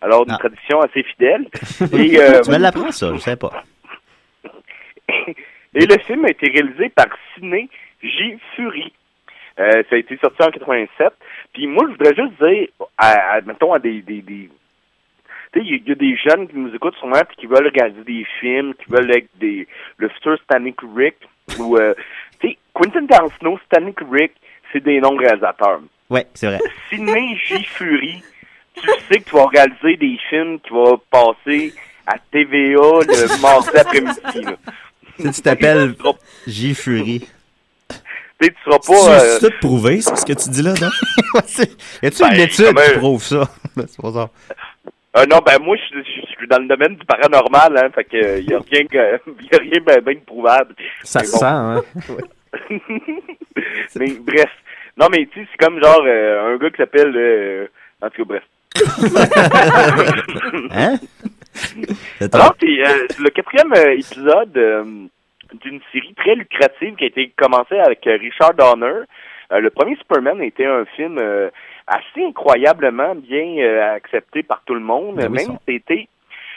Speaker 9: Alors, une tradition assez fidèle. Et, euh,
Speaker 5: tu me l'apprends, ça, je sais pas.
Speaker 9: Et le film a été réalisé par Ciné J. Fury. Euh, ça a été sorti en 87. Puis moi, je voudrais juste dire, à, à- mettons, à des... des, des- tu sais, il y a- il y a des jeunes qui nous écoutent sûrement puis qui veulent regarder des films, qui veulent être des, le futur Stanley Kubrick ou... euh, tu sais, Quentin Tarantino, Stanley Kubrick, c'est des noms réalisateurs.
Speaker 5: Ouais, c'est vrai.
Speaker 9: Ciné J. Fury, tu sais que tu vas réaliser des films qui vont passer à TVA le mardi après-midi. là.
Speaker 5: Tu sais, tu t'appelles J. Fury.
Speaker 9: Tu sais, tu seras
Speaker 14: C'est
Speaker 9: pas... euh,
Speaker 14: tout prouvé, c'est ce que tu dis là, non?
Speaker 5: y a-tu
Speaker 9: Ben,
Speaker 5: une étude
Speaker 9: comment-
Speaker 5: qui prouve ça? Ben, c'est pas ça.
Speaker 9: Euh, non, ben moi, je suis- je suis dans le domaine du paranormal, hein, fait que euh, y a rien, que- y a rien ben, ben de prouvable.
Speaker 3: Ça
Speaker 9: Mais
Speaker 3: se
Speaker 9: bon.
Speaker 3: sent, hein?
Speaker 9: mais bref. Non, mais tu sais, c'est comme genre euh, un gars qui s'appelle... euh, en tout cas, bref.
Speaker 5: Hein?
Speaker 9: Alors, c'est euh, c'est le quatrième euh, épisode euh, d'une série très lucrative qui a été commencée avec euh, Richard Donner. Euh, le premier Superman était un film euh, assez incroyablement bien euh, accepté par tout le monde.
Speaker 15: Ben oui,
Speaker 9: Même c'était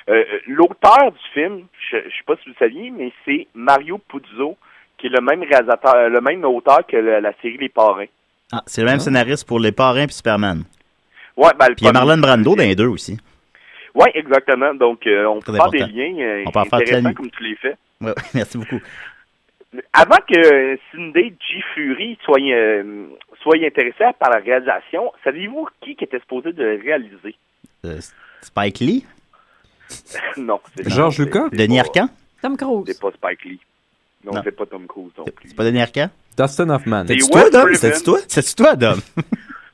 Speaker 9: euh, l'auteur du film, je, je sais pas si vous saviez, mais c'est Mario Puzo, qui est le même réalisateur, euh, le même auteur que la, la série Les Parrains.
Speaker 5: Ah, c'est le même scénariste pour Les Parrains puis Superman.
Speaker 9: Ouais, ben, le
Speaker 5: Puis il y a
Speaker 9: premier-
Speaker 5: Marlon Brando dans les deux aussi.
Speaker 9: Ouais, exactement. Donc euh, on peut
Speaker 5: Très
Speaker 9: faire des
Speaker 5: important.
Speaker 9: liens euh,
Speaker 5: On peut en faire toute la
Speaker 9: intéressants
Speaker 5: nuit.
Speaker 9: comme tu les fais.
Speaker 5: Ouais, ouais, merci beaucoup.
Speaker 9: Avant que Cindy G. Fury soit, euh, soit intéressé par la réalisation, saviez-vous qui qui était supposé de le réaliser?
Speaker 5: Euh, Spike Lee?
Speaker 9: non. c'est-
Speaker 5: George
Speaker 9: non, c'est- c'est
Speaker 5: Denis
Speaker 9: pas-
Speaker 5: Arcan?
Speaker 7: Tom Cruise.
Speaker 9: C'est pas Spike Lee. Non,
Speaker 5: Non.
Speaker 9: c'est pas Tom Cruise non plus.
Speaker 5: C'est pas Denis Arcan?
Speaker 3: Dustin Hoffman.
Speaker 9: C'est T'es-tu toi, Wes Dom? Craven.
Speaker 5: C'est-tu toi? C'est-tu toi, Dom?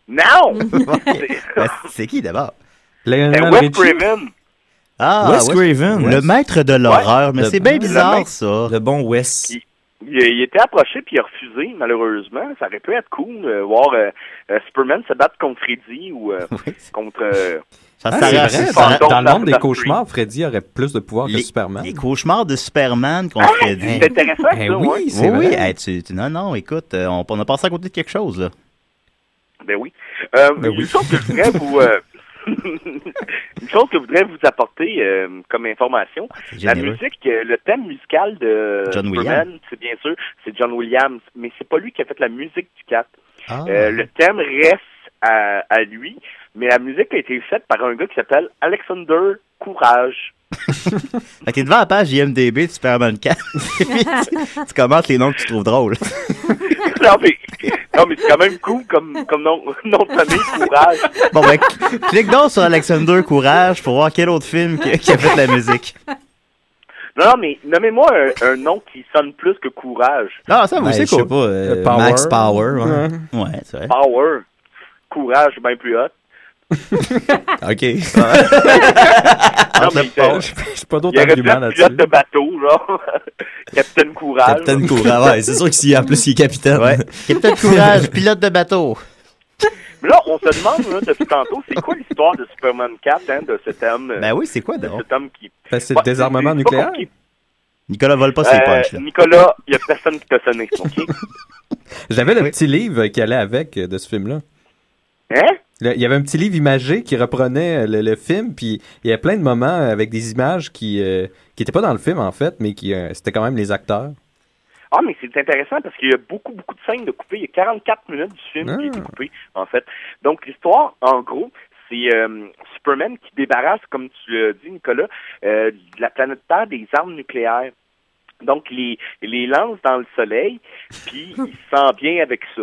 Speaker 9: Non!
Speaker 5: Ben, c'est qui d'abord?
Speaker 9: C'est Wes Craven.
Speaker 5: Ah,
Speaker 14: Wes Craven.
Speaker 5: Le maître de l'horreur, mais
Speaker 14: Le-
Speaker 5: c'est bien
Speaker 14: le
Speaker 5: bizarre,
Speaker 14: maître-
Speaker 5: ça.
Speaker 14: Le bon Wes.
Speaker 9: Il, il était approché puis il a refusé, malheureusement. Ça aurait pu être cool de voir euh, euh, Superman se battre contre Freddy ou euh, contre... euh,
Speaker 5: Ça,
Speaker 3: Ah,
Speaker 5: ça
Speaker 3: c'est
Speaker 5: aurait-
Speaker 3: vrai,
Speaker 5: ça aurait-
Speaker 3: dans, dans le monde
Speaker 5: dans-
Speaker 3: des
Speaker 5: dans-
Speaker 3: cauchemars, Freddy aurait plus de pouvoir que
Speaker 5: Les-
Speaker 3: Superman.
Speaker 5: Les cauchemars de Superman
Speaker 9: Ah,
Speaker 5: qu'on fait dire.
Speaker 9: c'est intéressant,
Speaker 5: Eh
Speaker 9: ça, Ben
Speaker 5: oui,
Speaker 9: ouais.
Speaker 5: c'est
Speaker 9: Oui,
Speaker 5: vrai.
Speaker 9: oui.
Speaker 5: Eh, tu- tu- non, non, écoute, euh, on, on a passé à côté de quelque chose, là.
Speaker 9: Ben oui. Euh,
Speaker 5: Ben
Speaker 9: une
Speaker 5: oui.
Speaker 9: chose que je voudrais vous euh, une chose que je voudrais vous apporter euh, comme information,
Speaker 5: c'est
Speaker 9: la
Speaker 5: généreux.
Speaker 9: musique, euh, le thème musical de
Speaker 5: John
Speaker 9: Superman,
Speaker 5: Williams.
Speaker 9: c'est bien sûr, c'est John Williams, mais c'est pas lui qui a fait la musique du 4.
Speaker 5: Ah.
Speaker 9: Euh, le thème reste à, à lui, mais la musique a été faite par un gars qui s'appelle Alexander Courage.
Speaker 5: Fait que t'es devant la page IMDB de Superman 4. puis tu, tu commences les noms que tu trouves drôles.
Speaker 9: non, mais, non, mais c'est quand même cool comme, comme nom, nom de famille, Courage.
Speaker 5: Bon, ben, cl- clique donc sur Alexander Courage pour voir quel autre film qui, qui a fait la musique.
Speaker 9: Non, non, mais nommez-moi
Speaker 8: euh,
Speaker 9: un, un nom qui sonne plus que Courage.
Speaker 5: Non, ça, vous
Speaker 14: Ben,
Speaker 5: savez
Speaker 14: je sais
Speaker 5: quoi?
Speaker 14: pas, euh,
Speaker 5: Le Power.
Speaker 14: Max Power, ouais.
Speaker 5: Ouais, c'est vrai.
Speaker 9: Power. Courage, bien plus hot.
Speaker 14: OK.
Speaker 9: Non, mais, euh,
Speaker 3: J'ai pas
Speaker 9: il y
Speaker 3: d'autres
Speaker 9: aurait
Speaker 3: arguments
Speaker 9: plein de
Speaker 3: là-dessus.
Speaker 9: pilotes de bateau, genre. Captain Courage.
Speaker 14: Capitaine Courage, ouais, c'est sûr que s'il y a en plus, il est capitaine. Ouais.
Speaker 5: Capitaine Courage, pilote de bateau.
Speaker 9: Mais là, on se demande, là, depuis tantôt, c'est quoi l'histoire de Superman 4, hein, de cet homme. euh,
Speaker 5: Ben oui, c'est quoi,
Speaker 9: de
Speaker 5: donc?
Speaker 9: cet homme qui.
Speaker 3: Fait que c'est le désarmement
Speaker 9: C'est pas
Speaker 3: nucléaire.
Speaker 9: compliqué.
Speaker 5: Nicolas vole pas ses
Speaker 9: Euh,
Speaker 5: punchs, là.
Speaker 9: Nicolas, il y a personne qui t'a sonné. OK?
Speaker 3: J'avais le petit livre qui allait avec euh, de ce film-là.
Speaker 9: Hein?
Speaker 3: Le- Il y avait un petit livre imagé qui reprenait euh, le, le film, puis il y avait plein de moments avec des images qui n'étaient pas dans le film, en fait, mais qui euh, c'était quand même les acteurs.
Speaker 9: Ah, mais c'est intéressant parce qu'il y a beaucoup, beaucoup de scènes de coupées. Il y a 44 minutes du film qui a
Speaker 3: Ah.
Speaker 9: été coupé, en fait. Donc, l'histoire, en gros, c'est euh, Superman qui débarrasse, comme tu l'as dit, Nicolas, euh, de la planète Terre des armes nucléaires. Donc, il les, il les lance dans le soleil, puis il se sent bien avec ça.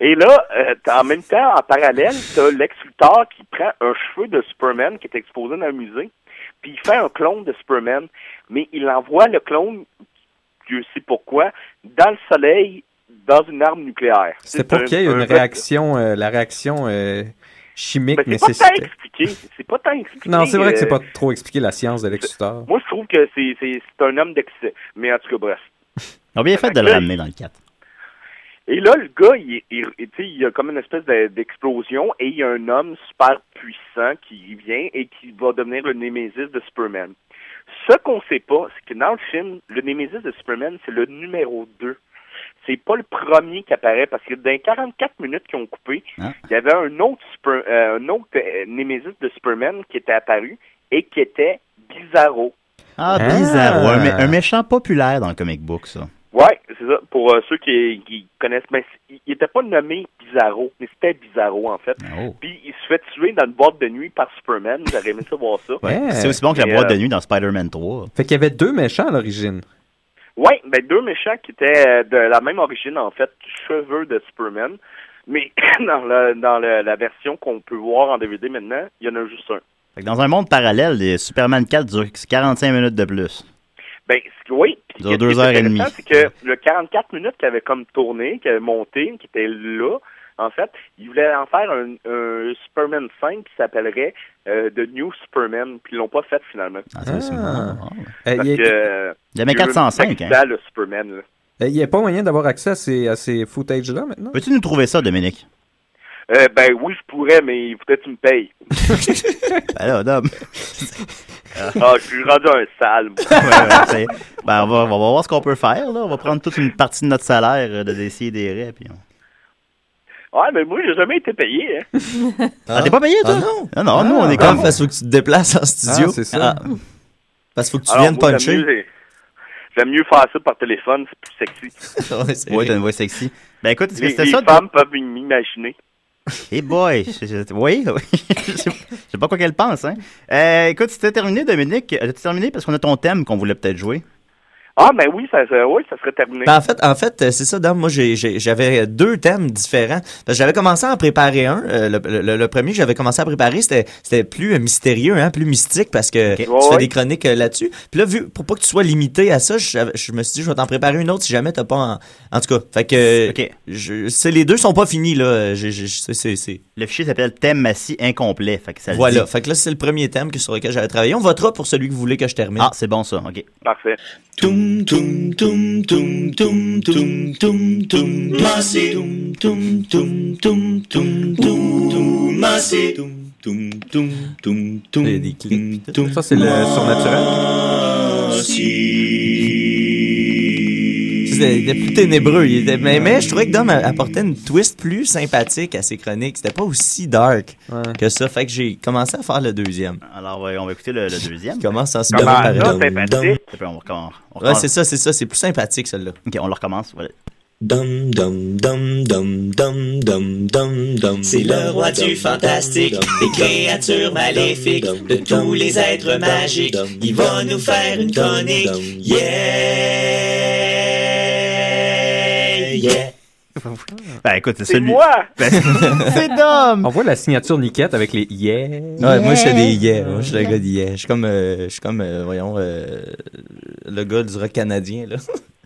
Speaker 9: Et là, euh, t'as- en même temps, en parallèle, t'as Lex Luthor qui prend un cheveu de Superman qui est exposé dans un musée, puis il fait un clone de Superman, mais il envoie le clone, Dieu sait pourquoi, dans le soleil, dans une arme nucléaire.
Speaker 3: C'était pour
Speaker 9: un-
Speaker 3: qu'il y ait une
Speaker 9: un-
Speaker 3: réaction, euh, la réaction euh, chimique
Speaker 8: Ben, c'est pas
Speaker 3: nécessité.
Speaker 8: tant expliqué. C'est pas tant expliqué.
Speaker 3: Non, c'est vrai que c'est
Speaker 8: euh,
Speaker 3: pas trop expliqué la science de l'exutoire.
Speaker 8: Moi, je trouve que c'est c'est- c'est un homme d'excès. Mais en tout cas, bref.
Speaker 5: On a bien fait de le ramener dans le 4.
Speaker 8: Et là, le gars, il, il, il- tu sais, il y a comme une espèce de- d'explosion et il y a un homme super puissant qui vient et qui va devenir le Némésis de Superman. Ce qu'on sait pas, c'est que dans le film, le Némésis de Superman, c'est le numéro 2. C'est pas le premier qui apparaît parce que dans les 44 minutes qu'ils ont coupé,
Speaker 5: Hein?
Speaker 8: il y avait un autre, Super- euh, un autre euh, Némésis de Superman qui était apparu et qui était Bizarro.
Speaker 5: Ah, bizarre. Ouais, un, mé- un méchant populaire dans le comic book, ça.
Speaker 8: Ouais, c'est ça. Pour euh, ceux qui, qui connaissent, mais c- il n'était pas nommé Bizarro, mais c'était Bizarro en fait.
Speaker 5: Oh.
Speaker 8: Puis il se fait tuer dans une boîte de nuit par Superman. J'aurais aimé savoir ça.
Speaker 5: Ouais. C'est aussi bon que la
Speaker 8: Et,
Speaker 5: boîte
Speaker 8: euh,
Speaker 5: de nuit dans Spider-Man 3.
Speaker 3: Fait qu'il y avait deux méchants à l'origine.
Speaker 8: Ouais, ben deux méchants qui étaient euh, de la même origine en fait, du cheveu de Superman. Mais dans, le, dans le- la version qu'on peut voir en DVD maintenant, il y en a juste un.
Speaker 5: Fait que dans un monde parallèle, les Superman 4 dure 45 minutes de plus.
Speaker 8: Ben c- oui. puis
Speaker 5: Dure
Speaker 8: ce qui
Speaker 5: deux
Speaker 8: est
Speaker 5: heures et demie.
Speaker 8: intéressant, C'est que le 44 minutes qui avait comme tourné, qui avait monté, qui était là, en fait, il voulait en faire un, un Superman 5 qui s'appellerait euh, The New Superman, puis ils l'ont pas fait finalement.
Speaker 5: Ah,
Speaker 3: Euh,
Speaker 8: Parce
Speaker 3: il
Speaker 8: que,
Speaker 3: y a-
Speaker 8: euh,
Speaker 3: Il y avait
Speaker 8: il y a eu
Speaker 3: 405,
Speaker 8: un
Speaker 3: hein.
Speaker 8: accident, le Superman. là.
Speaker 3: Euh, Il n'y a pas moyen d'avoir accès à ces, à ces footages-là maintenant?
Speaker 5: Peux-tu nous trouver ça, Dominique?
Speaker 8: Euh, ben oui, je pourrais, mais il faudrait que tu me payes.
Speaker 5: Ben là, Dom.
Speaker 8: ah, je suis rendu un sale. moi.
Speaker 5: Ouais, ouais, c'est- ben, on, va, on va voir ce qu'on peut faire. Là. On va prendre toute une partie de notre salaire euh, de décider des raies. Puis on...
Speaker 8: Ouais, mais moi, j'ai jamais été payé. hein.
Speaker 5: Ah, t'es pas payé, toi? non, non, nous, on est
Speaker 9: comme.
Speaker 5: comme.
Speaker 9: Parce qu'il faut que tu te déplaces en studio.
Speaker 5: Ah, c'est ça.
Speaker 9: Ah. Parce qu'il faut que tu
Speaker 8: Alors,
Speaker 9: viennes
Speaker 8: moi,
Speaker 9: puncher.
Speaker 8: J'aime mieux, j'aime mieux faire ça par téléphone, c'est plus sexy.
Speaker 5: ouais, t'as une voix sexy. Ben écoute, est-ce que
Speaker 8: Les,
Speaker 5: c'était
Speaker 8: les
Speaker 5: ça?
Speaker 8: femmes peuvent m'imaginer.
Speaker 5: Hey boy! je- je- Oui, oui. Je sais pas- je sais pas quoi qu'elle pense, hein. Euh, écoute, c'était terminé, Dominique. Euh, C'était terminé parce qu'on a ton thème qu'on voulait peut-être jouer.
Speaker 8: Ah, ben oui, ça, ça- oui, ça serait terminé.
Speaker 9: Ben, en fait, en fait euh, c'est ça, Dom. Moi, j'ai- j'ai- j'avais deux thèmes différents. Parce que J'avais commencé à en préparer un. Euh, Le, le- le premier que j'avais commencé à préparer, c'était c'était plus euh, mystérieux, hein, plus mystique, parce que tu
Speaker 8: Ouais,
Speaker 9: fais
Speaker 8: ouais.
Speaker 9: des chroniques euh, là-dessus. Puis là, vu, pour pas que tu sois limité à ça, je, je me suis dit, je vais t'en préparer une autre si jamais t'as pas... En, en tout cas, fait que... euh, je- c'est- les deux sont pas finis, là. Je- je- je- c'est- c'est- c'est-
Speaker 5: Le fichier s'appelle thème assis incomplet. Fait que ça le
Speaker 9: Voilà.
Speaker 5: dit.
Speaker 9: Fait que là, c'est le premier thème que, sur lequel j'avais travaillé. On votera pour celui que vous voulez que je termine.
Speaker 5: Ah, c'est bon, ça. OK.
Speaker 8: Parfait.
Speaker 9: Toum, toum, toum, toum, toum, toum, toum, toum, massé. Toum, toum, toum, toum, toum, toum, toum, massé. Toum, toum, toum, toum, toum, toum,
Speaker 3: Ça, c'est le surnaturel.
Speaker 9: C'était il était plus ténébreux. il était- mais, mais je trouvais que Dom a- apportait une twist plus sympathique à ses chroniques. C'était pas aussi dark que ça. Fait que j'ai commencé à faire le deuxième.
Speaker 5: Alors, ouais, on va écouter le, le deuxième.
Speaker 9: Il commence à se
Speaker 5: Comment
Speaker 9: donner
Speaker 5: ça,
Speaker 9: par-
Speaker 5: sympathique? Et puis on recommence. on
Speaker 9: Ouais,
Speaker 5: recommence.
Speaker 9: c'est ça, c'est ça. C'est plus sympathique, celle-là.
Speaker 5: OK, on le recommence. Voilà.
Speaker 9: Dum dum dum dum dum dum dum dum.
Speaker 12: C'est le roi du fantastique, des créatures maléfiques, de tous les êtres magiques. Il va nous faire une chronique. Yeah! Yeah!
Speaker 5: Ben écoute, c'est
Speaker 12: C'est
Speaker 5: celui.
Speaker 12: moi!
Speaker 5: Ben, c'est Dom!
Speaker 3: On voit la signature Niquette avec les yeah.
Speaker 9: Ouais, moi je suis des yeah, moi je suis le gars des yeah. Je suis comme, euh, je suis comme euh, voyons, euh, le gars du rock canadien, là.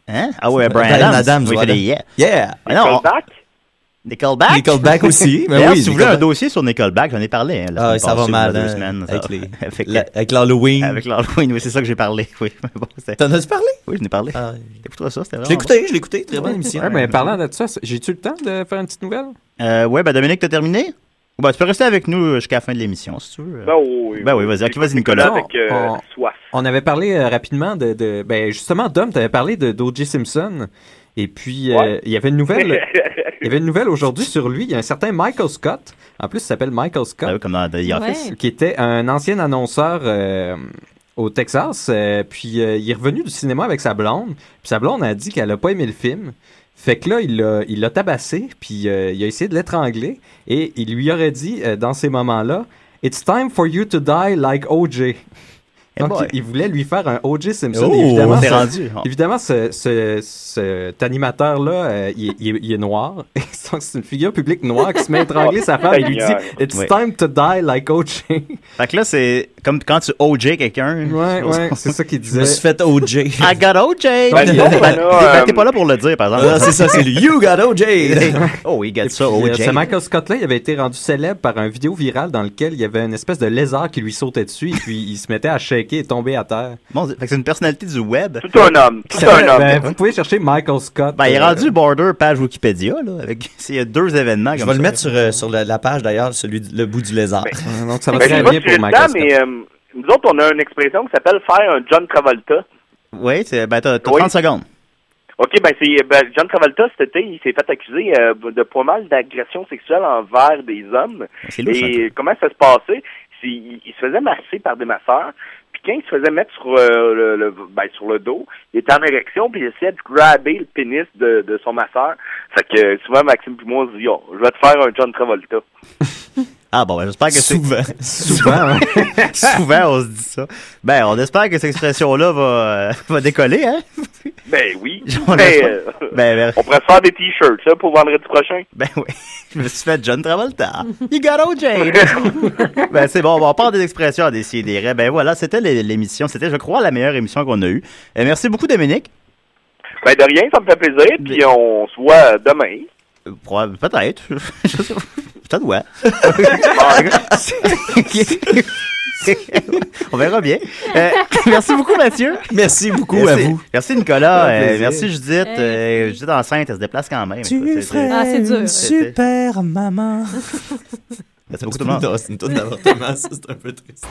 Speaker 5: Hein? Ah ouais, Brian Adams. Oui, il fait
Speaker 9: voilà.
Speaker 5: des yeah.
Speaker 9: Yeah!
Speaker 5: Mais non, Nickelback? Nickelback?
Speaker 9: Nickelback aussi, mais
Speaker 5: Ah! D'ailleurs,
Speaker 9: ben oui,
Speaker 5: si vous voulez un
Speaker 9: Nickelback.
Speaker 5: dossier sur Nickelback, j'en ai parlé. hein, la
Speaker 9: Ah,
Speaker 5: semaine
Speaker 9: ça va
Speaker 5: passée,
Speaker 9: mal,
Speaker 5: il y a deux
Speaker 9: hein,
Speaker 5: semaines, ça
Speaker 9: avec
Speaker 5: va.
Speaker 9: les-
Speaker 5: Fait que-
Speaker 9: la- avec l'Halloween.
Speaker 5: Avec l'Halloween, oui, c'est ça que j'ai parlé. Oui, mais bon, c'était-
Speaker 9: T'en as-tu parlé?
Speaker 5: Oui, j'en ai parlé. Écoute-toi ça, c'était
Speaker 9: Je
Speaker 5: vraiment.
Speaker 9: l'ai Ah. écouté, je l'ai écouté, très bonne émission.
Speaker 3: Ouais, mais parlant de ça, c'est- j'ai-tu le temps de faire une petite nouvelle?
Speaker 5: Euh, ouais, ben Dominique, t'as terminé? Ou Ben, tu peux rester avec nous jusqu'à la fin de l'émission, si tu veux.
Speaker 8: Ben oui.
Speaker 5: Ben oui, vas-y. Ok, vas-y, Nicolas.
Speaker 8: Avec, euh,
Speaker 3: on,
Speaker 8: soif.
Speaker 3: on avait parlé euh, rapidement de, de- Ben, justement, Dom, t'avais parlé de d'O.J. Simpson. Et puis, euh, il y avait une nouvelle. il y avait une nouvelle aujourd'hui sur lui. Il y a un certain Michael Scott. En plus, il s'appelle Michael Scott.
Speaker 5: Ah comme dans The
Speaker 12: Office. Ouais.
Speaker 3: Qui était un ancien annonceur euh, au Texas. Euh, puis, euh, il est revenu du cinéma avec sa blonde. Puis, sa blonde a dit qu'elle a pas aimé le film. Fait que là, il l'a il l'a tabassé, puis euh, il a essayé de l'étrangler, et il lui aurait dit, euh, dans ces moments-là, « It's time for you to die like O.J. » Donc,
Speaker 5: boy.
Speaker 3: il, il voulait lui faire un O.J. Simpson.
Speaker 5: Oh,
Speaker 3: évidemment,
Speaker 5: on s'est
Speaker 3: ce-
Speaker 5: rendu.
Speaker 9: Ah.
Speaker 3: évidemment, ce- ce- cet animateur-là, euh, il, est- il est- il est noir. Et donc, c'est une figure publique noire qui se met à étrangler sa femme et lui dit « It's
Speaker 5: Oui.
Speaker 3: time to die like O.J.
Speaker 5: Fait que là, c'est comme quand tu OJ quelqu'un.
Speaker 3: Ouais, ouais, c'est ça qu'il disait.
Speaker 5: fait OJ. I got OJ.
Speaker 3: Ouais,
Speaker 5: Ben,
Speaker 3: bon,
Speaker 5: ben,
Speaker 3: ben là,
Speaker 5: ben,
Speaker 3: euh,
Speaker 5: T'es pas là pour le dire, par exemple.
Speaker 3: Ah, c'est ça, c'est le
Speaker 5: You got OJ. oh, il got ça,
Speaker 3: Puis, euh,
Speaker 5: OJ.
Speaker 3: ce Michael Scott-là, il avait été rendu célèbre par un vidéo virale dans lequel il y avait une espèce de lézard qui lui sautait dessus et puis il se mettait à shaker et tomber à terre.
Speaker 5: Bon, fait que c'est une personnalité du web.
Speaker 3: Tout
Speaker 5: un homme,
Speaker 3: Qui
Speaker 5: tout
Speaker 3: s'appelle-
Speaker 5: un homme.
Speaker 3: ben, vous pouvez chercher Michael Scott.
Speaker 5: Ben, il est
Speaker 3: euh,
Speaker 5: rendu border page Wikipédia, là, avec s'il y a deux événements comme
Speaker 7: Je vais le mettre sur, euh, sur la, la page d'ailleurs, celui du- le bout du lézard.
Speaker 3: Donc
Speaker 7: ça
Speaker 9: Ben, je sais pas si j'ai le temps, mais euh, nous autres, on a une expression qui s'appelle faire un John Travolta.
Speaker 5: Oui, c'est- ben, t'as t'as
Speaker 9: Oui.
Speaker 5: 30 secondes.
Speaker 9: OK, ben c'est ben, John Travolta cet été, il s'est fait accuser euh, de pas mal d'agressions sexuelles envers des hommes.
Speaker 5: C'est louche, hein. un
Speaker 9: Et comment ça se passait C'est- il, il se faisait masser par des masseurs. Puis quand il se faisait mettre sur euh, le, le- ben, sur le dos, il était en érection puis il essayait de grabber le pénis de, de son masseur. Fait que euh, souvent Maxime puis moi on se dit, Oh, je vais te faire un John Travolta.
Speaker 5: Ah bon, ben, j'espère que c'est... Souvent.
Speaker 3: Souvent,
Speaker 5: Souvent, on se dit ça. Ben, on espère que cette expression-là va, euh, va décoller, hein?
Speaker 9: Ben oui.
Speaker 5: On
Speaker 9: Ben,
Speaker 5: espère.
Speaker 9: euh,
Speaker 5: Ben, ben,
Speaker 9: on pourrait se faire des t-shirts ça pour vendredi prochain.
Speaker 5: ben oui. Je me suis fait John Travolta. You got OJ! ben, c'est bon, on part des expressions à décider. Ben voilà, c'était l'é- l'émission. C'était, je crois, la meilleure émission qu'on a eue. Euh, merci beaucoup, Dominique.
Speaker 9: Ben de rien, ça me fait plaisir. Puis on se voit demain.
Speaker 5: Probable- Peut-être. Je sais pas. Ça doit. On verra bien. Euh, merci beaucoup, Mathieu.
Speaker 7: Merci beaucoup
Speaker 5: Merci.
Speaker 7: à vous.
Speaker 5: Merci, Nicolas.
Speaker 7: Un
Speaker 5: Euh,
Speaker 7: plaisir.
Speaker 5: merci, Judith. Euh, Judith enceinte, elle se déplace quand même.
Speaker 7: Tu
Speaker 5: Écoute,
Speaker 7: ferais
Speaker 5: c'est-
Speaker 7: une super maman.
Speaker 5: Merci beaucoup, tout le monde.
Speaker 7: Non, C'est une toune d'avortement, ça, c'est un peu triste.